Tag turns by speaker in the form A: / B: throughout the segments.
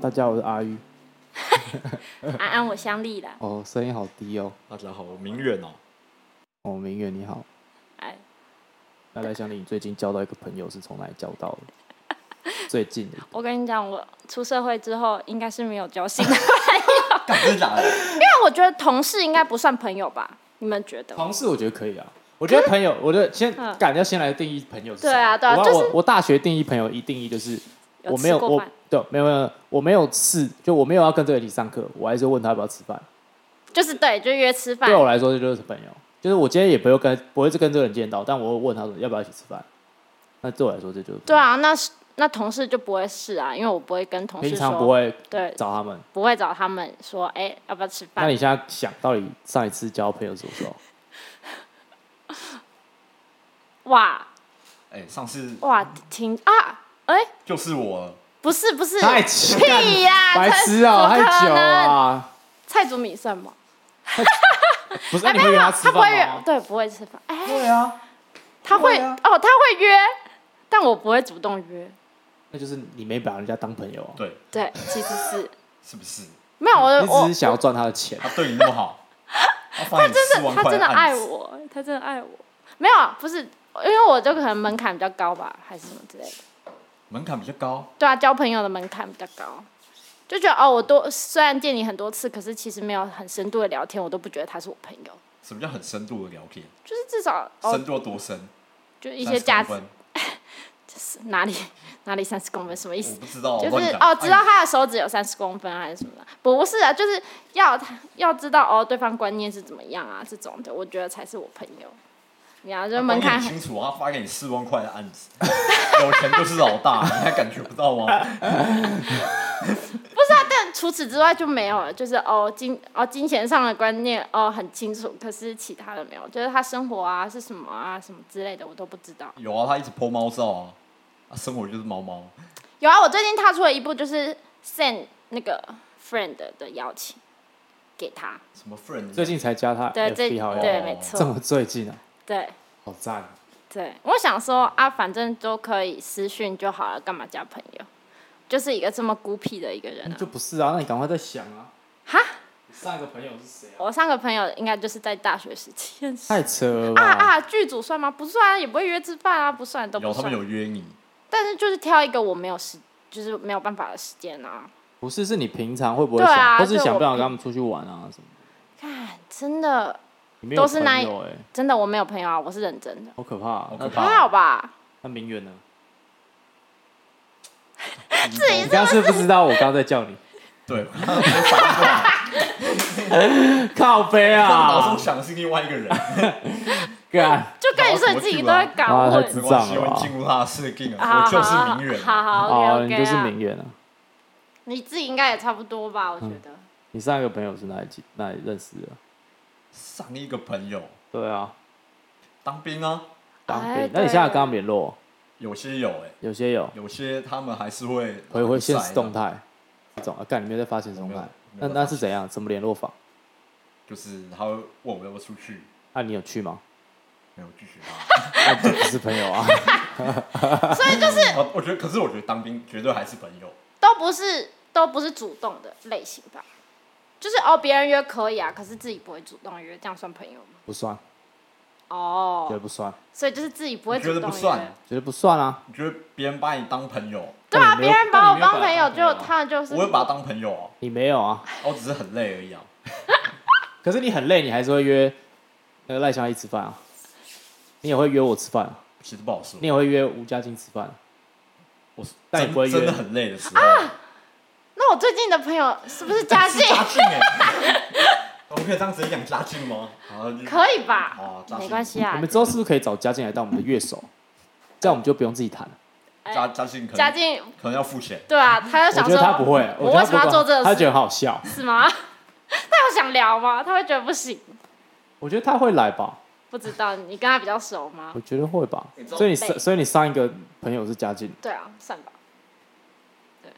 A: 大家好，我是阿玉。
B: 安安，我相丽啦。
A: 哦，声音好低哦。
C: 大家好，我明远哦，
A: 哦，明月你好。
B: 哎，
A: 那来想你最近交到一个朋友是从哪里交到的？最近的
B: 我跟你讲，我出社会之后应该是没有交心的，
C: 干真的假的？
B: 但我觉得同事应该不算朋友吧？你们觉得？
A: 同事，我觉得可以啊。我觉得朋友，我觉得先
B: 嗯
A: 敢要先来定义朋友是什么。
B: 对啊对啊
A: 我
B: 就是
A: 我我大学定义朋友一定义就是
B: 有
A: 我
B: 吃
A: 没有
B: 过
A: 我
B: 饭
A: 对没有没有我没有事，就我没有要跟这个人一起上课，我还是问他要不要吃饭。
B: 就是对，就约吃饭
A: 对。我哦来说，这就是朋友。就是我今天也不会跟不会跟这个人见到，但我会问他说要不要一起吃饭。那对我来说，这就是朋友
B: 对啊，那是那同事就不会是啊，因为我不会跟同事
A: 平
B: 说，
A: 常不会
B: 对
A: 找他们。
B: 不会找他们说，哎、要不要吃
A: 那
B: 饭？
A: 你现在想到底上一次交朋友是什么时 候？
B: 哇
C: 哎、上次
B: 哇，停啊！哎、
C: 就是我了，
B: 不是不是，
A: 太奇
B: 屁呀、
A: 白
B: 才
A: 痴哦、
B: 怎么
A: 太
B: 可
A: 久了
B: 能
A: 啊！
B: 蔡祖米算吗？
A: 不是，那你会约他吃
B: 哎他不会约
A: 饭吗，？
B: 对，不会吃饭。哎、
C: 对啊，
B: 他会、
C: 会啊
B: 哦，他会约，但我不会主动约。
A: 那就是你没把人家当朋友啊，
C: 对，
B: 对，其实是
C: 是不是？
B: 没有我
A: 你
B: 我
A: 只是想要赚他的钱。
C: 他对你那么 好，他放你四万
B: 他
C: 块
B: 真的爱
C: 案子，
B: 我，他真的爱我。没有啊，不是，因为我就可能门槛比较高吧，还是什么之类的。
C: 门槛比较高，
B: 对啊，交朋友的门槛比较高，就觉得哦，我多虽然见你很多次，可是其实没有很深度的聊天，我都不觉得他是我朋友。
C: 什么叫很深度的聊天？
B: 就是至少哦
C: 深，度有多深？
B: 就一些价值
C: 30公分
B: 哪里哪里三十公分什么意
C: 我
B: 思？
C: 不知道，
B: 就
C: 乱
B: 是
C: 讲
B: 哦，知道
C: 哎
B: 他的手指有三十公分还是什么的，不是啊，就是要他要知道哦，对方观念是怎么样啊，这种的，我觉得才是我朋友。你啊，就
C: 他
B: 门
C: 帮你
B: 槛
C: 很
B: 很
C: 清楚，他发给你四万块的案子，有钱就是老 大，你还感觉不到吗？
B: 但除此之外就没有了，就是哦金哦金钱上的观念哦很清楚，可是其他的没有，就是他生活啊是什么啊什么之类的我都不知道。
C: 有啊，他一直 po 猫照啊，啊生活就是猫猫，
B: 有啊，我最近踏出了一步，就是 send 那个 friend 的邀请给他，
C: 什么啊 friend，
A: 最近才加他
B: 对这
A: FB 好友，
B: 对没
A: 这
B: 错，
A: 么最近啊，
B: 对
A: 好赞啊！
B: 对，我想说啊，反正都可以私讯就好了，干嘛加朋友？就是一个这么孤僻的一个人
A: 那
B: 啊
A: 就。不是啊，那你赶快再想啊！
B: 哈，
A: 你上一个朋友是谁啊？
B: 我上个朋友应该就是在大学时期认识
A: 太扯了
B: 啊
A: 吧！
B: 啊，剧组算吗？不算啊，也不会约吃饭啊，不算都不
C: 有他
B: 算
C: 们。有约你，
B: 但是就是挑一个我没有时，就是没有办法的时间啊。
A: 不是，是你平常会不会
B: 对啊
A: 想，或是
B: 就
A: 想
B: 我
A: 不想跟他们出去玩啊什么的？
B: 看，真的，
A: 你没有
B: 都是
A: 朋
B: 那一
A: 友哎，
B: 真的我没有朋友啊，我是认真的。
A: 好可怕啊！
C: 好
A: 那
C: 可怕
B: 还好吧？
A: 那明远呢？
C: 自
A: 你刚刚是不是知道我刚刚在叫你
C: 对， 我反应过来
A: 靠背
C: 他脑
A: 啊
C: 中？想的是另外一个人，
A: 干，
B: 就跟你说，你自己都在搞
A: 啊
B: 混
A: 他。
C: 没
A: 知
C: 关系，
A: 智障啊
C: 我已经进入他的视境了，
B: 好
C: 我就是
B: 好
C: 名媛。啊
B: 好好
A: 哦，
B: ，OK
A: 你就
B: OK
A: 是
B: 啊
A: 明。远啊。
B: 你自己应该也差不多吧？我觉得。
A: 你上一个朋友是哪里哪里认识的？
C: 上一个朋友
A: 对啊，
C: 当兵啊，
A: 当兵。
B: 哎
A: 那你现在有
B: 对
A: 跟他们联络？
C: 有些有哎、
A: 有些有
C: 有些他们还是会
A: 回回现实动
C: 态，
A: 态，这种啊，干你没有在发现实动
C: 我
A: 态
C: 没有，没
A: 那
C: 有
A: 那是怎样？怎么联络法？
C: 就是他会问我要不要出去，
A: 那啊你有去 吗？
C: 没有拒绝他。
A: 那就不是朋友啊。
C: 哦我我觉得，可是我觉得当兵绝对还是朋友，
B: 都不是都不是主动的类型吧？就是哦，别人约可以啊，可是自己不会主动约，这样算朋友吗？
A: 不算，绝对
B: 哦，
A: 不算，
B: 所以就是自己不会
C: 你觉
B: 主
C: 得
B: 动
C: 不
B: 约
C: 算。？
A: 绝对不算啊。
C: 你觉得别人把你当朋友，
B: 对啊，
A: 但你没
B: 别
A: 有
B: 人把我当朋友，
A: 但你没有把他当朋友啊
B: 就他们就是
C: 我会把他当朋友哦、
A: 你没有啊，
C: 我只是很累而已啊。
A: 可是你很累，你还是会约那个赖香一吃饭啊。你也会约我吃饭啊，
C: 其实不好说
A: 你，也会约吴家靖吃饭啊。
C: 我是
A: 但你
C: 真
A: 不会约
C: 真的很累的时候。
B: 啊那我最近的朋友是不是 嘉靖
C: 是？嘉靖哎， 我们可以这样直接讲嘉靖吗？好，就
B: 可以吧？
C: 哦嘉靖
B: 没关系
A: 我
B: 啊
A: 们，之后是不是可以找嘉靖来当我们的乐 手？这样我们就不用自己弹了。
B: 哎
C: 嘉嘉靖可能
B: 嘉靖
C: 可能要付钱，
B: 对啊，他
A: 我
B: 就想
A: 觉
B: 说
A: 得他不会，
B: 我
A: 觉
B: 为
A: 得
B: 什么
A: 他
B: 要
A: 不
B: 做这
A: 他
B: 个
A: 觉
B: 事
A: 得很好笑。
B: 是吗？ 他有想聊吗？他会觉得不行，
A: 我觉得他会来吧，
B: 不知道你跟他比较熟吗
A: 我？觉得会吧。
C: 你知道
A: 所以你
B: 北
A: 上所以你上一个朋友是嘉靖，
B: 对啊，算吧。对，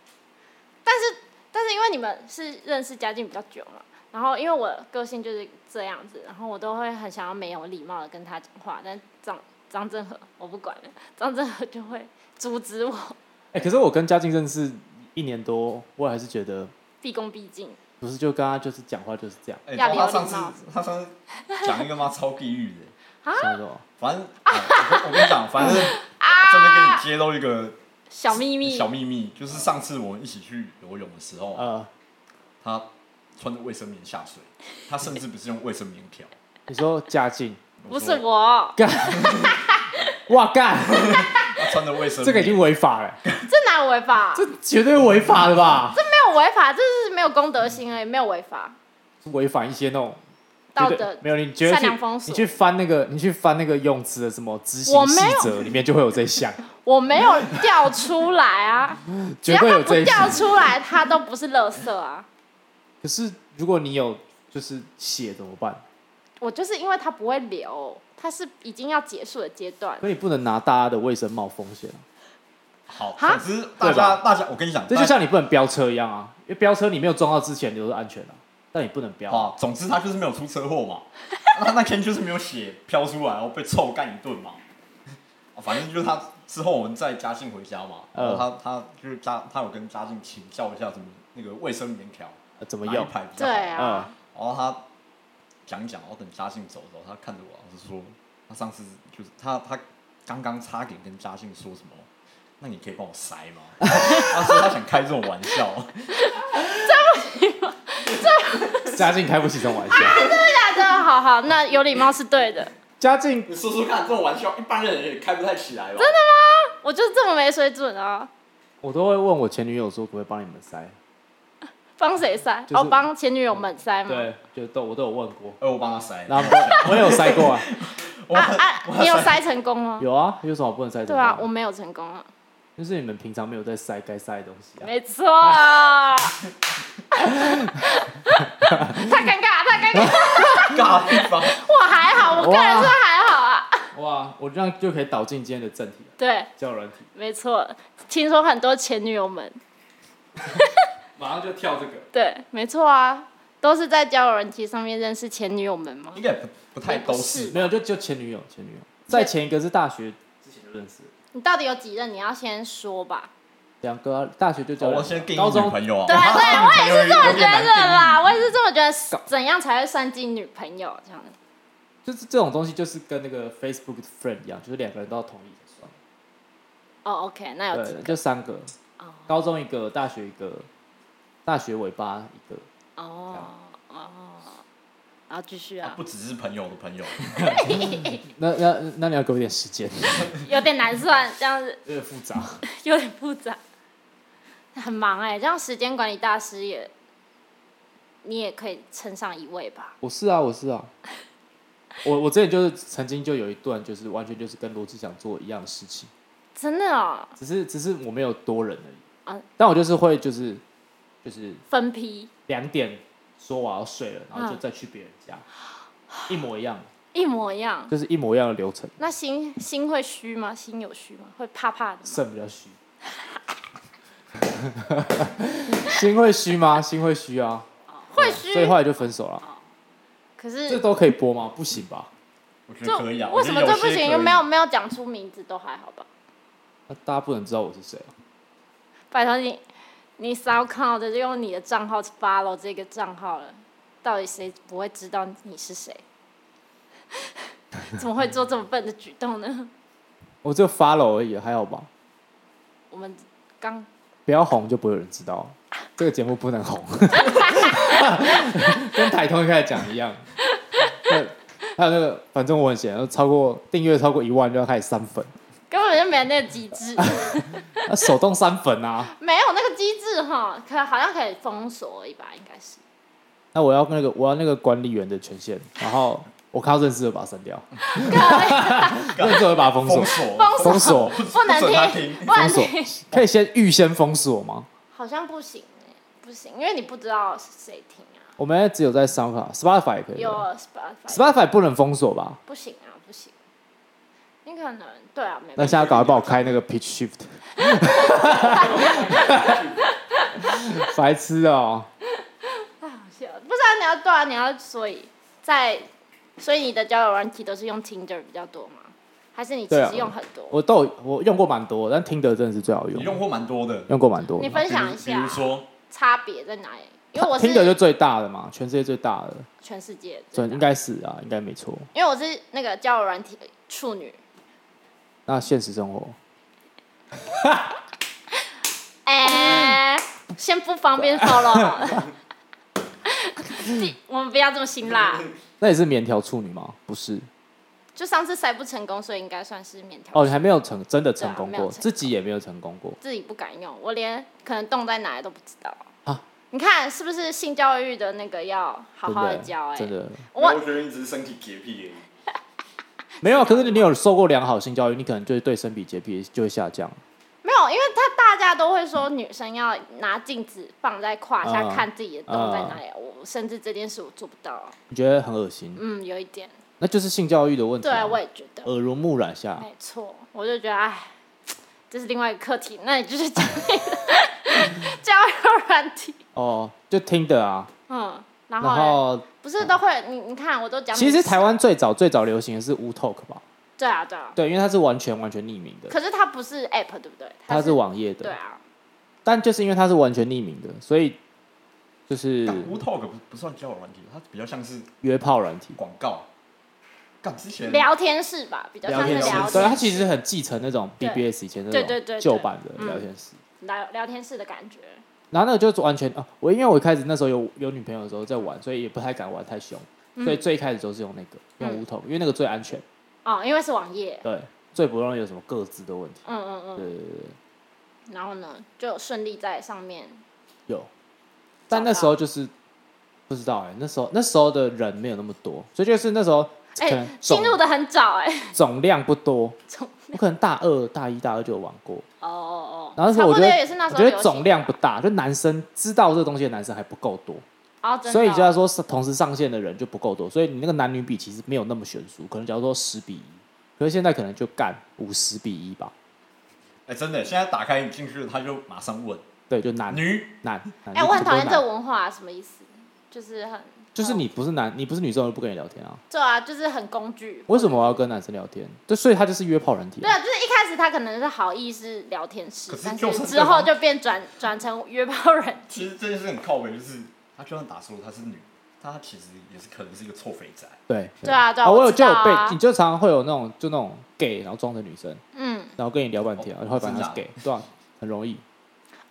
B: 但是但是因为你们是认识嘉靖比较久嘛，然后因为我个性就是这样子，然后我都会很想要没有礼貌的跟他讲话，但张张 振和我不管了，张振和就会阻止我。
A: 哎、可是我跟嘉靖认识一年多，我还是觉得
B: 毕恭毕敬，
A: 不是，就跟他就是讲话就是这样，
C: 哎，
B: 要
C: 他
B: 留
C: 上
B: 礼
C: 次
B: 貌
C: 他上次讲一个妈超地狱的，
B: 啊
A: 像那种
C: 反正、啊我跟我跟 你讲，反正这边给你揭露一个
B: 小啊 秘密，
C: 小秘密，就是上次我们一起去游泳的时候，
A: 呃，
C: 他穿着卫生棉下水，他甚至不是用卫生棉条，
A: 你说家境，
B: 不是
C: 说
B: 我，
A: 哇干，
C: 他穿着卫生棉，
A: 这个已经违法了，
B: 这哪有违法？
A: 这绝对违法的吧？
B: 这没有违法，这是没有公德心而已，没有违法。
A: 违反一些那种
B: 道
A: 绝嗯对
B: 德
A: 没有，你觉得
B: 善
A: 去
B: 良风俗
A: 你去翻那个，你去翻那个泳池的什么执
B: 我
A: 行细
B: 没有
A: 则里面就会有这一项，
B: 我没有掉出来啊，只
A: 绝
B: 要
A: 对
B: 它
A: 有
B: 不
A: 这一项
B: 掉。出来，它都不是垃圾啊。
A: 可是如果你有就是血怎么办？
B: 我就是因为它不会流，它是已经要结束的阶段。
A: 可你不能拿大家的卫生冒风险啊，
C: 好，
B: 哈
C: 总之大
A: 对吧
C: 家大家，我跟你讲，
A: 这
C: 大
A: 就
C: 家
A: 像你不能飙车一样啊，因为飙车你没有撞到之前你都是安全的、但你不能飙啊、
C: 啊，总之他就是没有出车祸嘛， 那那天就是没有血飘出来，然后被臭干一顿嘛。啊反正就是他之后我们再嘉庆回家嘛，
A: 嗯
C: 然后他他就是嘉他有跟嘉庆请教一下怎么那个卫生棉条
A: 呃怎么
C: 哪一
A: 用？呃
C: 排比较
B: 对
C: 好，
B: 啊，
C: 然后他讲一讲，然后等嘉庆走的时候，他看着我，老师说他上次就是他他刚刚差点跟嘉庆说什么，那你可以帮我塞吗？ 他说他想开这种玩笑，
A: 家境开不起这种玩笑。
B: 大家好好，那有礼貌是对的。
A: 家境
C: 你说说看，这种玩笑一般人也开不太起来吧？真的，
B: 我就是这么没水准啊！
A: 我都会问我前女友说，可不可以帮你们塞？
B: 帮谁塞？
A: 就是
B: 哦，帮前女友们塞吗？啊
A: 对，就都我都有问过，
C: 哎，我帮他塞，
A: 然后我我也有塞过 啊，
C: 我
B: 啊啊！你有塞成功吗？
A: 有啊，有什么不能塞的？
B: 对啊，我没有成功啊。
A: 就是你们平常没有在塞该塞的东西啊。
B: 没错，啊 太尴尬，太尴尬。
C: 尬的地方，
B: 我还好，我个人说还好啊。
A: 哇，我这样就可以导进今天的正题了，
B: 对，
A: 叫软体，
B: 没错，听说很多前女友们，
A: 马上就跳这个。
B: 对，没错啊，都是在交友软体上面认识前女友们吗？
C: 应该也不不太都是。
A: 没有，就就前女友，前女友，再前一个是大学之前就认识的，
B: 你到底有几任？你要先说吧。
A: 两个啊大学就交
C: 哦
A: 往
C: 我先定义
A: 高
C: 女
A: 中
C: 朋友啊，
B: 对对
C: 我也是这么
B: 我觉得啦，我也是这么觉得。怎样才会算进女朋友？这样子
A: 就是这种东西，就是跟那个 Facebook 的 friend 一样，就是两个人都要同意才算。
B: 哦，OK，那有几
A: 对，就三个，
B: 哦
A: 高中一个，大学一个，大学尾巴一个。
B: 哦哦，然后继续啊，
C: 不只是朋友的朋友，
A: 那那那你要给我点时间，
B: 有点难算，这样子
A: 有点复杂。
B: 有点复杂，很忙哎、这样时间管理大师也，你也可以称上一位吧？
A: 我是啊，我是啊，我我之前就是曾经就有一段，就是完全就是跟罗志祥做一样的事情，
B: 真的哦，
A: 只是只是我没有多人而已
B: 啊。
A: 但我就是会就是就是
B: 分批
A: 两点说我要睡了，然后就
B: 嗯
A: 再去别人家，一模一样，
B: 一模一样。
A: 就是一模一样的流程。
B: 那心心会虚吗？心有虚吗？会怕怕的吗？
A: 肾比较虚， 心会虚吗？心会虚啊，
B: 会
A: 所以
B: 虚，
A: 后来就分手了。
B: 可
A: 这
B: 是
A: 都可以播吗？不行吧？
C: 我觉
B: 这
C: 得可以啊。
B: 为什么这不行？
C: 就
B: 又没有没有讲出名字都还好吧？
A: 那大家不能知道我是谁啊？
B: 拜托你，你骚靠的就用你的账号 follow 这个账号了，到底谁不会知道你是谁？ 怎么会做这么笨的举动呢？
A: 我就 follow 而已，还好吧？
B: 我们刚
A: 不要红就不会有人知道，这个节目不能 红，跟台通一开始讲的一样。对还有那个，反正我很闲，超过订阅超过一万就要开始删粉，
B: 根本就没那个机 制，
A: 那手动删粉啊。
B: 没有那个机制哈，可好像可以封锁而已吧，应该是。
A: 那我要那个，我要那个管理员的权限，然后我看到认识的把它删掉，认识的把它封锁
C: 封。锁，
A: 封锁
C: 不
B: 不能
C: 准他
B: 听，不
A: 封
B: 能
A: 锁
B: 听，
A: 可以先预先封锁吗？
B: 好像不行哎、不行，因为你不知道是谁听啊。
A: 我们现在只有在 s o u n Spotify 也可以
B: 有啊
A: 吧
B: Spotify
A: ，Spotify 不能封锁吧？
B: 不行啊，不行。你可能对啊，没
A: 那
B: 办法。
A: 现在赶快帮我开那个 Pitch Shift，白痴哦、
B: 不是啊，你要对啊，你要所以在所以你的交友软体都是用 Tinder 比较多吗？还是你其
A: 对啊
B: 实用很多？
A: 我都有我用过蛮多，但听得真的是最好
C: 你
A: 用，
C: 用过蛮多的，
A: 用过蛮多
B: 你。分享一
C: 比如比
B: 下
C: 如说
B: 差别在哪里？因为我
A: 听的就是最大的嘛，全世界最大的，
B: 全世界
A: 对，
B: 最大
A: 应该是啊，应该没错。
B: 因为我是那个交友软体处女，
A: 那现实生活，嗯
B: 哎、先不方便说了好 了。我们不要这么辛辣。
A: 那也是棉条处女吗？不是，
B: 就上次塞不成功，所以应该算是面条。
A: 哦，你还没有成真的成功
B: 对啊没
A: 过，
B: 有成功
A: 自己也没有成功过。
B: 自己不敢用，我连可能洞在哪里都不知道。
A: 啊
B: 你看是不是性教育的那个要好
A: 真
B: 好
A: 的
B: 的教、
A: 真
B: 哎，
A: 的
B: 我
C: 觉得你只是身体洁癖
A: 没 有。可是你有受过良好性教育，你可能就是对身体洁癖就会下降。
B: 没有，因为他大家都会说女生要拿镜子放在胯下、
A: 嗯
B: 看自己的洞在哪
A: 啊
B: 里，我甚至这件事我做不到。
A: 你觉得很恶心，
B: 嗯，有一点，
A: 那就是性教育的问题、
B: 对
A: 啊。
B: 我也觉得，
A: 耳濡目染下，
B: 没错，我就觉得哎，这是另外一个课题，那你就是讲那个 交友软体，
A: 哦，就听的啊。
B: 嗯，然后
A: 然
B: 嘞
A: 后
B: 不是都会你你看我都讲，
A: 其实台湾最早最早流行的是 Wu Talk 吧？
B: 对啊对啊，
A: 对，因为它是完全完全匿名的，
B: 可是它不是 app 对不对？
A: 它是网页
B: 对
A: 的，
B: 啊，
A: 但就是因为它是完全匿名的，所以就是
C: 但 Wu Talk 不不算交友软体，它比较像是
A: 约炮软体。
C: 广告。干之前
B: 聊天室吧，比较像是
A: 天室
B: 聊，
A: 对，它
B: 天
A: 其实很继承那种
B: 对
A: BBS 以前那
B: 对对对
A: 种
B: 对
A: 旧版的
B: 嗯
A: 聊天室。
B: 聊聊天室的感觉，
A: 然后那个就是完全啊，我因为我一开始那时候有有女朋友的时候在玩，所以也不太敢玩太凶，所以最开始都是用那个用
B: 嗯
A: 无头，因为那个最安全，
B: 哦，因为是网页，
A: 对，最不容易有什么各自的问题。
B: 嗯嗯
A: 对对对对，
B: 嗯，然后呢就顺利在上面，
A: 有，但那时候就是不知道哎、那时候那时候的人没有那么多，所以就是那时候可能
B: 哎，
A: 总、
B: 进入的很早哎，
A: 总量不多，
B: 总
A: 我可能大二、大一、大二就有玩过，
B: 哦哦哦，
A: 然后是
B: 差不
A: 我觉
B: 多
A: 得
B: 也是那
A: 我
B: 时
A: 觉
B: 候
A: 得总
B: 流行
A: 量不大，就男生知道这个东西的男生还不够多。
B: 哦，真的哦
A: 所以就要说是同时上线的人就不够多，所以你那个男女比其实没有那么悬殊，可能假如说十比一，可是现在可能就干五十比一吧，
C: 哎、真的，现在打开你进去，他就马上问
A: 对，就男
C: 女，
A: 男。男
B: 哎、我很讨厌
A: 就
B: 这
A: 不是
B: 个
A: 男
B: 文化、什么意思？就是很
A: 就是你不是男，你不是女生，我就不跟你聊天啊。
B: 对啊，就是很工具。
A: 为什么我要跟男生聊天？就所以他就是约炮人体
B: 对。啊，就是一开始他可能是好意是聊天室
C: 可，是
B: 但
C: 就是是
B: 之后就变转转成约炮人。
C: 其实这件事很靠北，就是他就算打出他是女，他其实也是可能是一个臭肥宅。
A: 对
B: 对啊对啊
A: 我
B: 我
A: 有
B: 知
A: 就有
B: 道啊
A: 被，你就常常会有那种就那种 gay，然后装成女生，
B: 嗯，
A: 然后跟你聊半天，
C: 哦
A: 然后发现他是
C: 真
A: gay，对啊，很容易。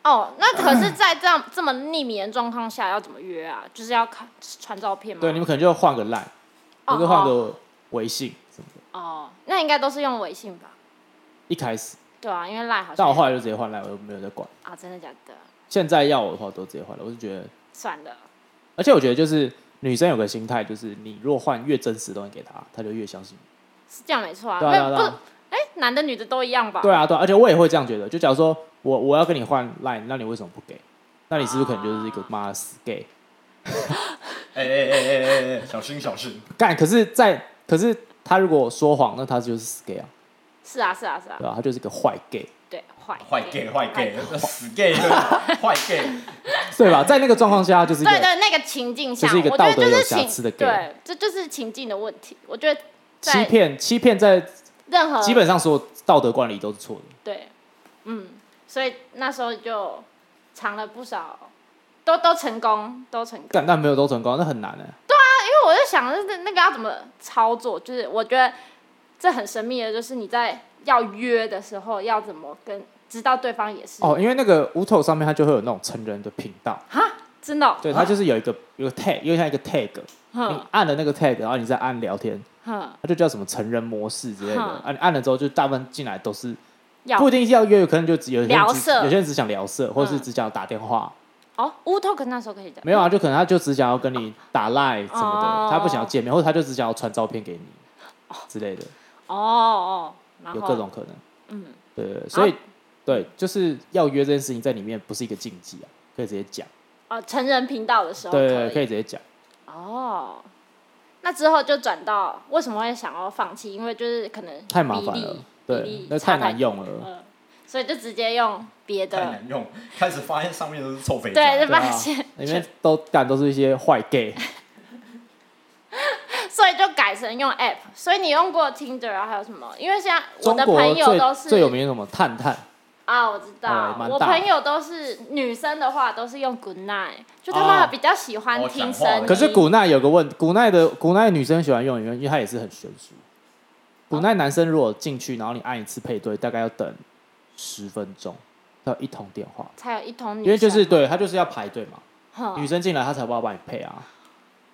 B: 哦，那可
A: 嗯
B: 是，在这样这么匿名的状况下，要怎么约啊？就是要看传照片吗？
A: 对，你们可能就换个 line，
B: 哦
A: 或者换
B: 哦
A: 个微信什么的。
B: 哦，那应该都是用微信吧？
A: 一开始，
B: 对啊，因为赖好像
A: 但我后来就直接换 line，我就没有再管。
B: 啊，真的假的？
A: 现在要我的话，我都直接换了。我是觉得，
B: 算了，
A: 而且我觉得就是女生有个心态，就是你若换越真实的东西给她，她就越相信你。
B: 是这样没错啊。
A: 对啊
B: 没
A: 对啊
B: 有不
A: 对
B: 是
A: 啊，
B: 哎、男的女的都一样吧？
A: 对啊，对啊，而且我也会这样觉得。就假如说我我要跟你换 line，那你为什么不给？那你是不是可能就是一个妈的死 gay？
C: 哎哎哎哎哎哎，小心小心！
A: 干，可是在，可是他如果说谎，那他就是死 gay 啊，
B: 是啊，是啊，是啊
A: 对，吧、他就是一个坏 gay，
B: 对，坏
C: 坏 gay 坏 gay，死
B: 哎
C: gay 坏 gay，
A: 对吧？在那个状况下，他就是一
B: 对
A: 个
B: 对，那个情境下，
A: 就是一个
B: 我觉得
A: 道德
B: 就
A: 有
B: 是
A: 瑕
B: 情
A: 疵的 gay
B: 对，这就是情境的问题。我觉得
A: 欺
B: 在
A: 骗，欺骗在
B: 嗯任何
A: 基本上所有道德观里都是错的。
B: 对，嗯，所以那时候就尝了不少，都都成功，都成功。
A: 干，但没有都成功，那很难的、欸
B: 因为我就想那那个要怎么操作，就是我觉得这很神秘的，就是你在要约的时候要怎么跟知道对方也是
A: 哦，因为那个无头上面它就会有那种成人的频道，
B: 真的哦、
A: 对，它就是有一个有个 tag，因为像一个 tag，你
B: 哼
A: 按了那个 tag，然后你再按聊天，
B: 哼，
A: 它就叫什么成人模式之类的。
B: 哼
A: 啊，你按了之后，就大部分进来都是
B: 嗯要
A: 不一定是要约，有可能就只有些人
B: 聊
A: 只
B: 色
A: 有些人只想聊色，或者是
B: 嗯
A: 只想打电话。
B: 哦，乌托克那时候可以的，
A: 没有啊，就可能他就只想要跟你打 line 什么的，
B: 嗯哦
A: 他不想要见面，或者他就只想要传照片给你之类的，
B: 哦哦，然后
A: 有各种可能。
B: 嗯，
A: 对，所以、对，就是要约这件事情在里面不是一个禁忌啊，可以直接讲，
B: 哦，成人频道的时候
A: 对对，
B: 以
A: 可以直接讲。
B: 哦，那之后就转到为什么会想要放弃？因为就是可能
A: 太麻
B: 比
A: 烦
B: 例
A: 了，
B: 比
A: 对
B: 例，
A: 那
B: 差
A: 太难用了。
B: 嗯，所以就直接用别
C: 太
B: 的，
C: 难用，开始发现上面都是臭肥
B: 对，
C: 宅。
B: 就
A: 对啊
B: 发现，
A: 里面都干都是一些坏 gay，
B: 所以就改成用 app。所以你用过 Tinder 啊，还有什么？因为现在 我
A: 中
B: 的
A: 国
B: 朋友都
A: 最
B: 是
A: 最有名的什么探探，
B: 啊，我知
A: 哎
B: 道，
A: 蛮
B: 我
A: 大哦
B: 朋友都是女生的话都是用 Good Night，就他
A: 啊
B: 们比较喜欢
C: 哦
B: 听
C: 讲话
B: 声音。
A: 可是古奈有个问，古奈的古奈女生喜欢用，因为因为她也是很悬殊。古奈男生如果进去，然后你按一次配对，大概要等十分钟到一通电话，
B: 才有一通女生，哦
A: 因为就是对他就是要排队嘛，
B: 哼
A: 女生进来他才不要帮你配啊，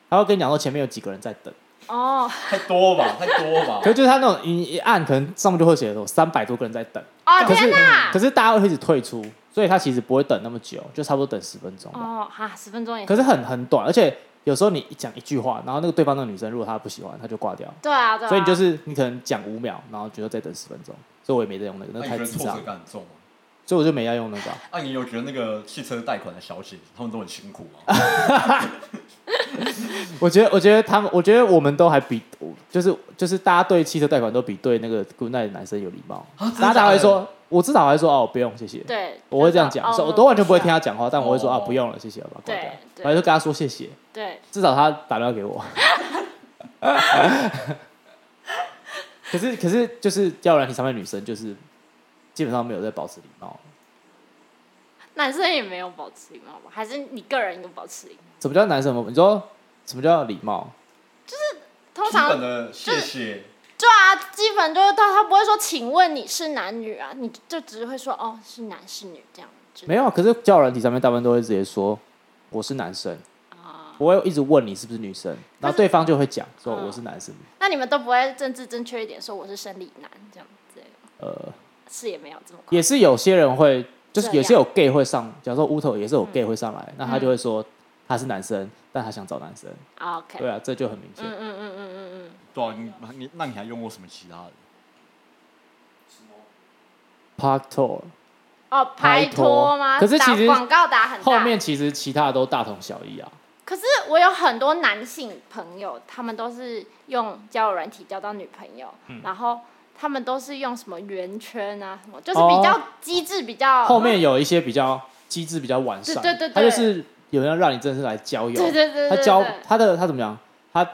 A: 他会跟你讲说前面有几个人在等，
B: 哦
C: 太多吧，太多吧
A: 可。是就是他那种你一按，可能上面就会写说三百多个人在等，
B: 哦
A: 可是
B: 天哪
A: 可！是大家会一直退出，所以他其实不会等那么久，就差不多等十分钟吧。
B: 哦哈，十分钟也
A: 可是很很短，而且有时候你一讲一句话，然后那个对方那个女生如果她不喜欢，她就挂掉。
B: 对啊对啊，
A: 所以你就是你可能讲五秒，然后觉得再等十分钟，所以我也没再用那个，
C: 那
A: 那
C: 你
A: 太
C: 觉得
A: 智
C: 挫
A: 障
C: 折，感很重吗？
A: 所以我就没要用那个啊、
C: 那你有觉得那个汽车贷款的小姐他们都很辛苦吗？
A: 我觉得，我觉得他们，我觉得我们都还比，就是就是大家对汽车贷款都比对那个 Good Night 的男生有礼貌，
C: 啊真的
A: 大家
C: 假
A: 还
C: 的
A: 会说，我至少还说哦不用谢谢，
B: 对，
A: 我会这样
B: 就是
A: 讲，
B: 哦
A: 所以我都完全不会听
B: 需要
A: 他讲话，但我会说
C: 哦
A: 啊不用了，谢谢，把它挂掉
B: 对，对
A: 我还就跟他说谢谢，
B: 对，
A: 至少他打电话给我。 可是可是就是交友软体上面的女生就是基本上没有在保持礼貌，
B: 男生也没有保持礼貌吧？还是你个人有保持礼貌？
A: 什么叫男生吗？你说什么叫礼貌？
B: 通
C: 基本
B: 常
C: 的呃谢谢，
B: 对啊，基本就是他他不会说请问你是男女啊，你就只会说哦是男是女这样子。
A: 没有啊，可是交友软体上面大部分都会直接说我是男生，
B: 啊，
A: 不会一直问你是不是女生，然后对方就会讲说
B: 嗯
A: 我是男生。
B: 那你们都不会政治正确一点说我是生理男这样子？
A: 呃，
B: 是也没有这么快
A: 也是有些人会，就是
B: 这样嗯
A: 也是有 gay 会上，假如说乌头也是有 gay 会上来，那他就会说他是男生，但他想找男生。
B: 啊 OK，
A: 对啊，这就很明显
B: 嗯。嗯嗯嗯嗯嗯
C: 对啊，你你那你还用过什么其他的？
A: Park Tour
B: 嗯，哦
A: 拍
B: 拍拖
A: 拖
B: 吗？
A: 可是其实
B: 打广告打很大，
A: 后面其实其他的都大同小异啊。
B: 可是我有很多男性朋友，他们都是用交友软体交到女朋友，
A: 嗯
B: 然后他们都是用什么圆圈啊什么，就是
A: 哦
B: 比较机制比较、
A: 后面有一些比较机制比较完善的，
B: 对对对
A: 他
B: 对
A: 就是有人要让你真的是来交友，
B: 对对对对
A: 他
B: 对
A: 交他的他怎么讲？他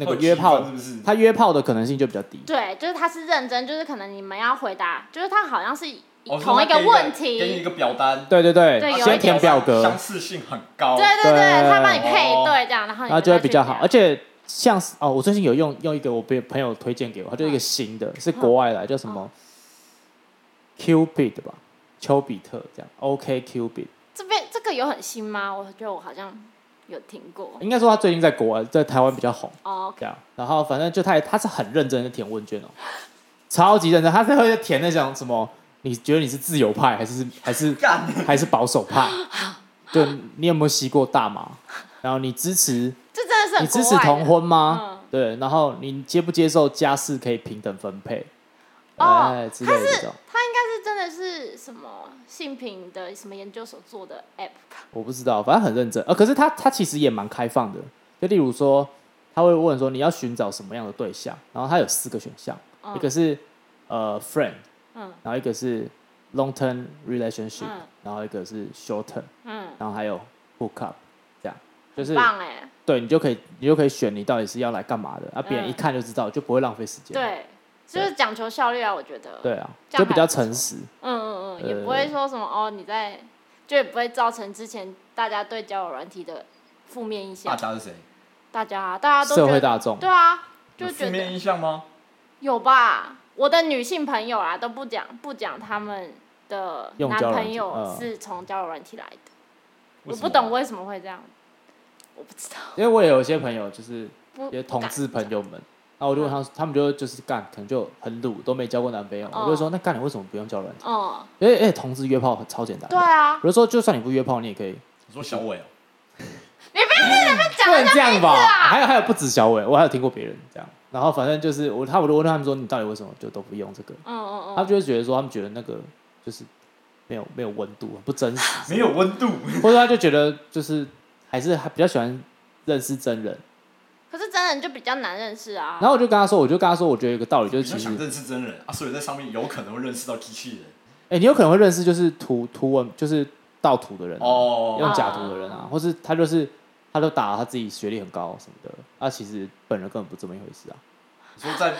A: 那个约炮
C: 会有气氛是不是？
A: 他约炮的可能性就比较低。
B: 对，就是他是认真，就是可能你们要回答，就是他好像是以
C: 哦
B: 同一个问题，
C: 给你一个表单，
A: 对对对
B: 对有一
A: 先
B: 点
A: 填表格，
C: 相似性很高。
B: 对
A: 对
B: 对对，他帮你配
C: 哦
B: 对这样，然后你
A: 然后就会
B: 再去
A: 比较好。
B: 聊
A: 而且像是哦，我最近有用用一个我别朋友推荐给我，它就是一个新的，
B: 嗯
A: 是国外来，叫什么 Cupid 吧，丘比特这样。OK Cupid，
B: 这边这个有很新吗？我觉得我好像有听过。
A: 应该说他最近在国外在台湾比较红。
B: 哦，
A: 这样，然后反正就他也他是很认真的填问卷哦，超级认真，他是会填那种什么，你觉得你是自由派还是还是
C: 干，
A: 还是保守派？就你有没有吸过大麻？然后你支持
B: 这真的是
A: 你
B: 很
A: 支
B: 国
A: 持
B: 外的
A: 同婚吗
B: 嗯？
A: 对，然后你接不接受家事可以平等分配？
B: 哦
A: 哎，之类的这种，
B: 他应该是真的是什么性平的什么研究所做的 app 吧？
A: 我不知道，反正很认真。呃，可是他他其实也蛮开放的，就例如说，他会问说你要寻找什么样的对象，然后他有四个选项，
B: 嗯
A: 一个是呃 friend，
B: 嗯
A: 然后一个是 long term relationship，、
B: 嗯
A: 然后一个是 short term，
B: 嗯，
A: 然后还有 hook up，这样就是
B: 棒哎，
A: 对你就可以你就可以选你到底是要来干嘛的，啊，别人
B: 嗯
A: 一看就知道，就不会浪费时间。
B: 对，就是讲求效率啊，我觉得，
A: 对啊，
B: 这样
A: 就比较
B: 还不错
A: 诚实。
B: 嗯嗯嗯，也
A: 呃
B: 不会说什么哦，你在就也不会造成之前大家对交友软体的负面印
C: 大
B: 象，
C: 家是谁？
B: 大家大家都
A: 啊社
B: 觉
A: 会
B: 得
A: 大众
B: 对啊，就
C: 有
B: 觉
C: 负面
B: 得
C: 印象吗？
B: 有吧，我的女性朋友啊都不讲不讲他们的
A: 用
B: 男
A: 交友软
B: 朋
A: 体
B: 友
A: 嗯
B: 是从交友软体来的，
C: 为
B: 我
C: 什
B: 不
C: 么
B: 懂为什么会这样，我不知道。
A: 因为我也有一些朋友，就是
B: 不
A: 一些同志朋友们，然后我就问他，他们就就是干，可能就很鲁，都没交过男朋友。
B: 哦
A: 我就说，那干你为什么不用交软体？
B: 嗯，
A: 因为因为同志约炮很超简单的。
B: 对啊，
A: 我就说，就算你不约炮，你也可以。
C: 你说小伟哦，
B: 你不要在那边
A: 不
B: 讲
A: 能
B: 人
A: 这
B: 家
A: 样
B: 名字
A: 吧？
B: 啊！
A: 还有还有，不止小伟，我还有听过别人这样。然后反正就是我，他我就问他们说，你到底为什么就都不用这个？
B: 嗯嗯
A: 他们
B: 嗯，
A: 就会觉得说，他们觉得那个就是没有没有温度，很不真实，
C: 没有温度。
A: 或者他就觉得就是还是还比较喜欢认识真人。
B: 可是真人就比较难认识啊
A: 然。后我就跟他说，我就跟他说，我觉得有一个道理，就
C: 你
A: 是
C: 就
A: 其实
C: 想认识真人啊，所以在上面有可能会认识到机器人
A: 哎、你有可能会认识就是图图文就是盗图的人啊、
C: 哦。
A: 用假图的人啊，或是他就是他都打他自己学历很高什么的，啊，其实本人根本不这么一回事啊。
C: 你说在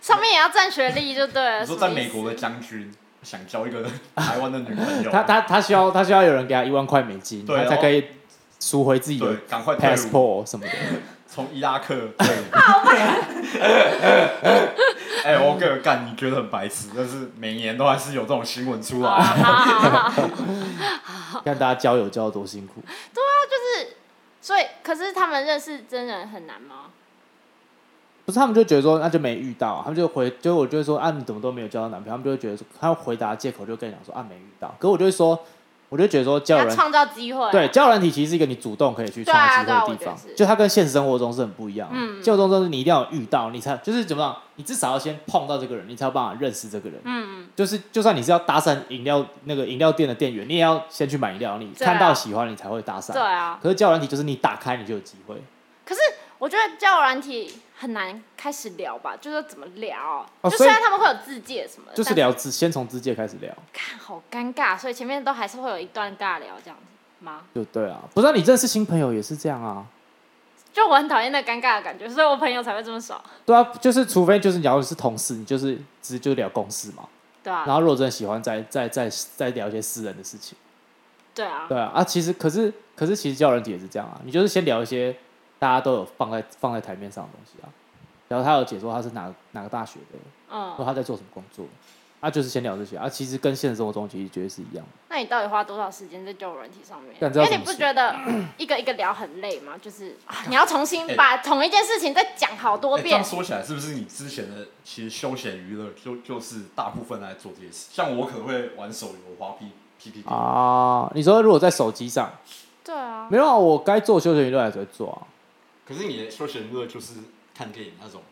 B: 上面也要占学历就对了。
C: 你说
B: 呃什
C: 在
B: 么意
C: 美
B: 思
C: 国的将军想交一个台湾的女朋 友，
A: 他他他需要他需要有人给他一万块美金，
C: 啊对
A: 他才
C: 哦
A: 可以赎回自己
C: 对
A: 的
C: 赶快退伍，
A: passport 什么的。
C: 从伊拉克 退伍。哎，我个人干，你觉得很白痴，但是每年都还是有这种新闻出来啊。
B: 好好好好，
A: 看大家交友交的多辛苦，
B: 所以可是他们认识真人很难吗？
A: 不是他们就觉得说那就没遇到，他们就回就我就会说啊你怎么都没有交到男朋友，他们就会觉得说他回答借口就跟你讲说啊没遇到，可我就会说我就觉得说交友
B: 要
A: 软
B: 创造机会。
A: 对，交友软体其实是一个你主动可以去创造机
B: 啊对啊
A: 会
B: 对啊
A: 的地方
B: 我觉得，是
A: 就它跟现实生活中是很不一样的。
B: 嗯
A: 现实生活中是你一定要有遇到，你才就是怎么样，你至少要先碰到这个人，你才有办法认识这个人。
B: 嗯，
A: 就是就算你是要搭讪饮料那个饮料店的店员，你也要先去买饮料，你
B: 对啊
A: 看到喜欢你才会搭讪。
B: 对啊。
A: 可是交友软体就是你打开你就有机会，
B: 可是我觉得交友软体很难开始聊吧，就是怎么聊，
A: 哦
B: 就
A: 所
B: 虽
A: 以
B: 然他们会有自介什么的，
A: 就是
B: 但
A: 聊自先从自介开始聊，
B: 看好尴尬，所以前面都还是会有一段尬聊这样子吗？
A: 就对啊。不知道你认识新朋友也是这样啊，
B: 就我很讨厌那尴尬的感觉，所以我朋友才会这么爽。
A: 对啊，就是除非就是你要是同事，你就是只就聊公事嘛。
B: 对啊
A: 然，后如果真的喜欢，再再再再聊一些私人的事情。
B: 对啊，
A: 对啊，啊，其实可是可是其实教人体也是这样啊，你就是先聊一些大家都有放在放在台面上的东西啊，然后他有解说他是哪哪个大学的，
B: 嗯
A: 然后，他在做什么工作，啊，就是先聊这些啊，其实跟现实生活中其实绝对是一样的，
B: 那你到底花多少时间在交友软体上面？
A: 干这要
B: 因为
A: 怎
B: 你
A: 么
B: 不
A: 说
B: 觉得一个一个聊很累吗？就是、啊、你要重
A: 哎
B: 新把同一件事情再讲好多
C: 哎这样
B: 遍。
C: 说起来，是不是你之前的其实休闲娱乐就就是大部分来做这些事？像我可能会玩手游、滑 P P P T，
A: 啊，你说如果在手机上，
B: 对啊，
A: 没有啊，我该做休闲娱乐还是会做啊，
C: 可是你的休闲娱乐就是看电影那种，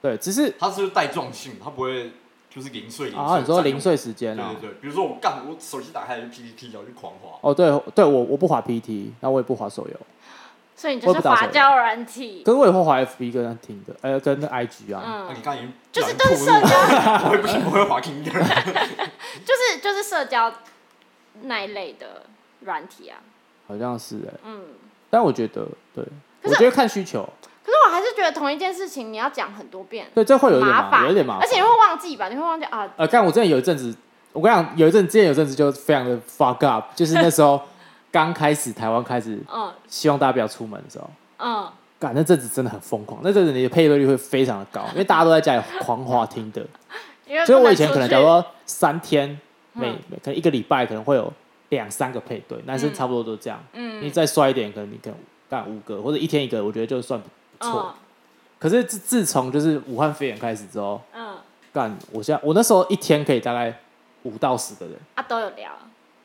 A: 对，只是
C: 它是带状性，它不会就是零碎零碎。
A: 啊，你说零。碎时间
C: 对
A: 啊
C: 对，对，比如说我干，我手机打开 P P T，然后就狂滑。
A: 哦，对对，我我不滑 PT，那我也不滑手游，
B: 所以你
A: 我
B: 就
A: 也
B: 是
A: 不打手
B: 滑
A: 游
B: 交友软体，
A: 可是我也会滑 FB 跟听的，呃，跟 IG 啊，
C: 那、
B: 嗯
C: 你，刚才已经
B: 就是
C: 软
B: 都
C: 吐
B: 是
C: 了
B: 社交，
C: 我也不行，我会滑 Tinder。
B: 就是就是社交那一类的软体啊。
A: 好像是哎、
B: 嗯，
A: 但我觉得对，我
B: 可是
A: 觉得看需求。
B: 可是我还是觉得同一件事情你要讲很多遍，
A: 对，这会有一点
B: 麻烦，
A: 有一点麻烦。
B: 而且你会忘记吧？你会忘记啊？
A: 呃，看我之前有一阵子，我跟你讲，有一阵之前有一阵子就非常的 fuck up，就是那时候刚开始台湾开始
B: 嗯
A: 希望大家不要出门的时候，
B: 嗯，
A: 感那阵子真的很疯狂，那阵子你的配对率会非常的高，因为大家都在家里狂滑听 的，
B: 因为
A: 所以
B: 不
A: 我以
B: 能
A: 前
B: 出
A: 可能
B: 去
A: 假如说三天每
B: 嗯
A: 每可能一个礼拜可能会有两三个配对，男生
B: 嗯
A: 差不多都这样，
B: 嗯
A: 你再衰一点，可能你可能干五个或者一天一个，我觉得就算不错。
B: 嗯
A: 可是自自从就是武汉肺炎开始之后，
B: 嗯
A: 干，我现在我那时候一天可以大概五到十个人，
B: 啊都有聊，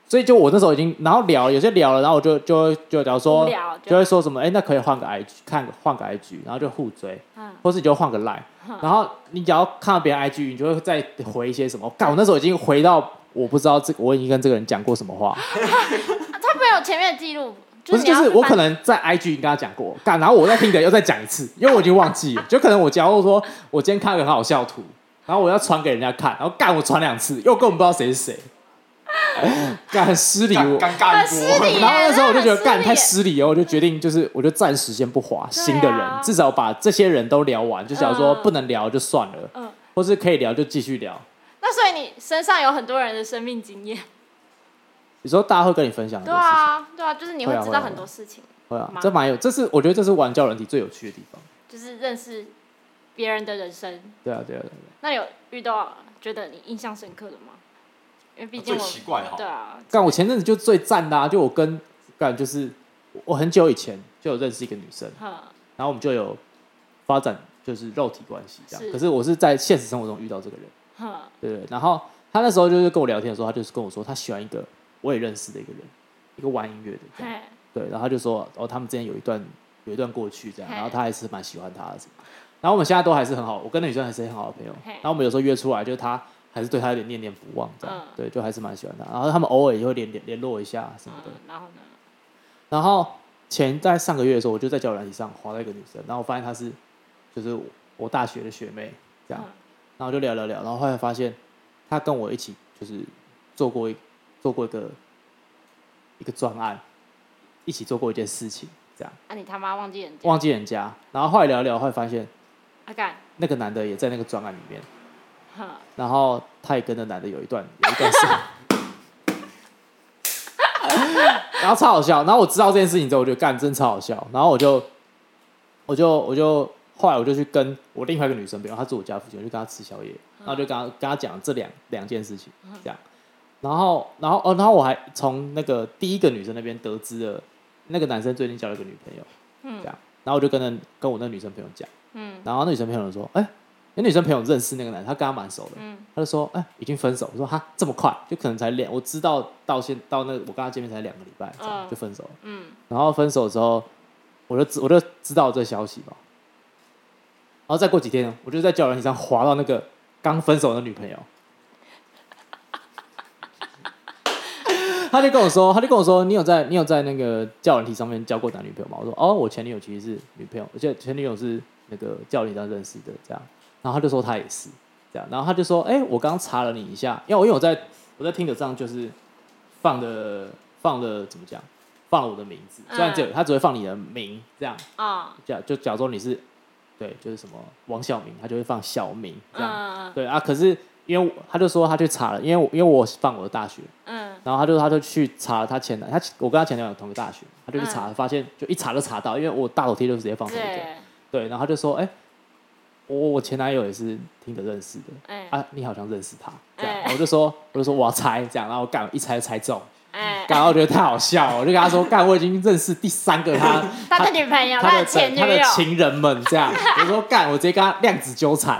A: 所以就我那时候已经，然后聊有些聊了，然后我就就就假如
B: 无
A: 说
B: 聊就
A: 就会说什么，哎、那可以换个 IG，看换个 IG，然后就互追，
B: 嗯
A: 或是你就换个 line，然后你只要看到别人 IG，你就会再回一些什么，干，我那时候已经回到我不知道这我已经跟这个人讲过什么话，
B: 啊他没有前面的记录，
A: 不是
B: 是你
A: 就
B: 要
A: 是我
B: 翻
A: 可能在 IG 已经跟他讲过，干，然后我在听的又再讲一次，因为我已经忘记了，就可能我假如说我今天看了个很好笑的图，然后我要传给人家看，然后干我传两次，又根本不知道谁是谁，干很失礼
C: 尴
A: 我。
C: 尴尬
B: 很失
C: 一波。
B: 礼耶
A: 然后那时候我就觉
B: 真的很失
A: 得
B: 礼
A: 干太
B: 耶
A: 失礼啊了，我就决定就是我就暂时先不划新的人，至少把这些人都聊完，就假如说
B: 嗯
A: 不能聊就算了，
B: 嗯
A: 或是可以聊就继续聊。
B: 那所以你身上有很多人的生命经验，
A: 有时候大家会跟你分享很
B: 对
A: 多事情，
B: 啊，对啊，就是你
A: 会
B: 会
A: 啊
B: 知
A: 会
B: 道
A: 啊
B: 很多事情，
A: 会啊
B: 蛮，
A: 这蛮有，这是我觉得这是玩教人体最有趣的地方。
B: 就是认识别人的人生。
A: 对啊，对啊，对啊。
B: 那你有遇到觉得你印象深刻的吗？因为毕竟
C: 啊
B: 我，
C: 最奇怪哈
B: 对，啊，
A: 干，我前阵子就最赞的、啊，就我跟干就是我很久以前就有认识一个女生，
B: 嗯
A: 然后我们就有发展就是肉体关系这样。
B: 是
A: 可是我是在现实生活中遇到这个人，
B: 哼，
A: 对不对？然后他那时候就是跟我聊天的时候，他就是跟我说他喜欢一个我也认识的一个人，一个玩音乐的这样，
B: 嘿，
A: 对。然后他就说哦，他们之间有一段有一段过去这样，
B: 嘿
A: 然后他还是蛮喜欢他的什么。然后我们现在都还是很好，我跟那女生还是很好的朋友
B: 嘿。
A: 然后我们有时候约出来，就是他还是对他有点念念不忘这样，
B: 嗯
A: 对，就还是蛮喜欢他。然后他们偶尔也会联联联络一下什么的。
B: 嗯，然后呢？
A: 然后前在上个月的时候，我就在交友软体上滑到一个女生，然后我发现她是就是我大学的学妹这样
B: 嗯，
A: 然后就聊聊聊，然后后来发现她跟我一起就是做过一做过一个一个专案，一起做过一件事情，这样
B: 啊，你他妈忘记人家，
A: 忘记人家，然后后来聊一聊，后来发现
B: 啊干，
A: 那个男的也在那个专案里面，
B: 哼
A: 然后他也跟那男的有一段有一段事， 然后超好笑。然后我知道这件事情之后，我就干真超好笑。然后我就我就我就后来我就去跟我另外一个女生朋友，她住我家附近，我就跟她吃宵夜，然后就跟她跟她讲这两两件事情这样。然后然后哦，然后我还从那个第一个女生那边得知了那个男生最近交了一个女朋友，
B: 嗯
A: 这样。然后我就跟那跟我那女生朋友讲，
B: 嗯
A: 然后那女生朋友说，哎、那女生朋友认识那个男的，她跟他蛮熟的。
B: 嗯
A: 他就说：“哎、已经分手。”我说：“哈，这么快？就可能才两，我知道到现到那我跟他见面才两个礼拜，这样
B: 嗯
A: 就分手了。
B: 嗯，
A: 然后分手之后，我就知我就知道这消息嘛。然后再过几天，我就在交友软件上滑到那个刚分手的女朋友， 他就跟我说，他就跟我说，你有在你有在那个交友软体上面交过男女朋友吗？我说哦，我前女友其实是女朋友，而且前女友是那个交友软体上认识的，这样。然后他就说他也是这样，然后他就说，哎、我刚查了你一下，因为我因为我在我在听的上就是放的放的怎么讲，放了我的名字，虽然只有他只会放你的名这样，
B: 哦，
A: 假就假装你是对，就是什么王小明，他就会放小明这样。
B: 嗯
A: 对啊，可是因为我他就说他去查了，因为我因为我放我的大学，
B: 嗯
A: 然后他就他就去查了他前男，他我跟他前男友同个大学，他就去查，发现就一查就查到，因为我大头贴就直接放
B: 嗯，
A: 同一个，
B: 对，
A: 对，然后他就说，哎、我我前男友也是听得认识的，
B: 哎
A: 啊，你好像认识他，这样，
B: 哎
A: 然后我就说我就说我要猜这样，然后我干一猜就猜中，
B: 哎，
A: 干，然后我觉得太好笑了，我就跟他说，干，我已经认识第三个他，
B: 他的女朋友，
A: 他
B: 的
A: 的前
B: 前女
A: 他的
B: 友，
A: 情人们这样，我说干，我直接跟他量子纠缠，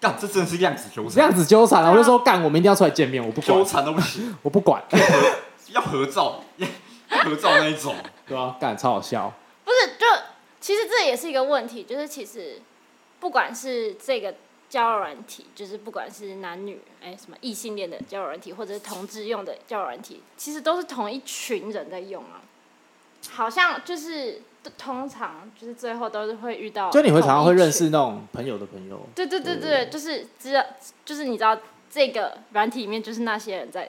C: 干，这真的是量子纠缠，
A: 量子纠缠了，我就说干，我们一定要出来见面，我不
C: 纠
A: 管，
C: 缠都不行，
A: 我不管，
C: 要合照， 要合照那一种，
A: 对啊，干超好笑，
B: 不是，就其实这也是一个问题，就是其实不管是这个交友软体，就是不管是男女哎、什么异性恋的交友软体，或者是同志用的交友软体，其实都是同一群人在用啊。好像就是通常就是最后都是会遇到，
A: 就你会常常会认识。那种朋友的朋友，
B: 对对对
A: 对
B: 对，就是知道，就是你知道这个软体里面就是那些人在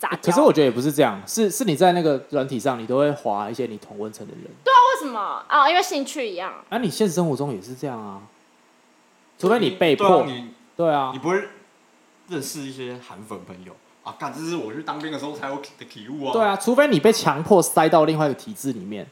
B: 杂
A: 可
B: 交。
A: 是我觉得也不是这样，是是你在那个软体上，你都会划一些你同温层的人，
B: 为什么啊、因为兴趣一样，
A: 啊，你现实生活中也是这样啊，除非你被
C: 对啊
A: 迫，
C: 你
A: 对啊
C: 你，不会认识一些韩粉朋友啊？干，这是我去当兵的时候才有的体悟啊。
A: 对，啊，除非你被强迫塞到另外一个体制里 面，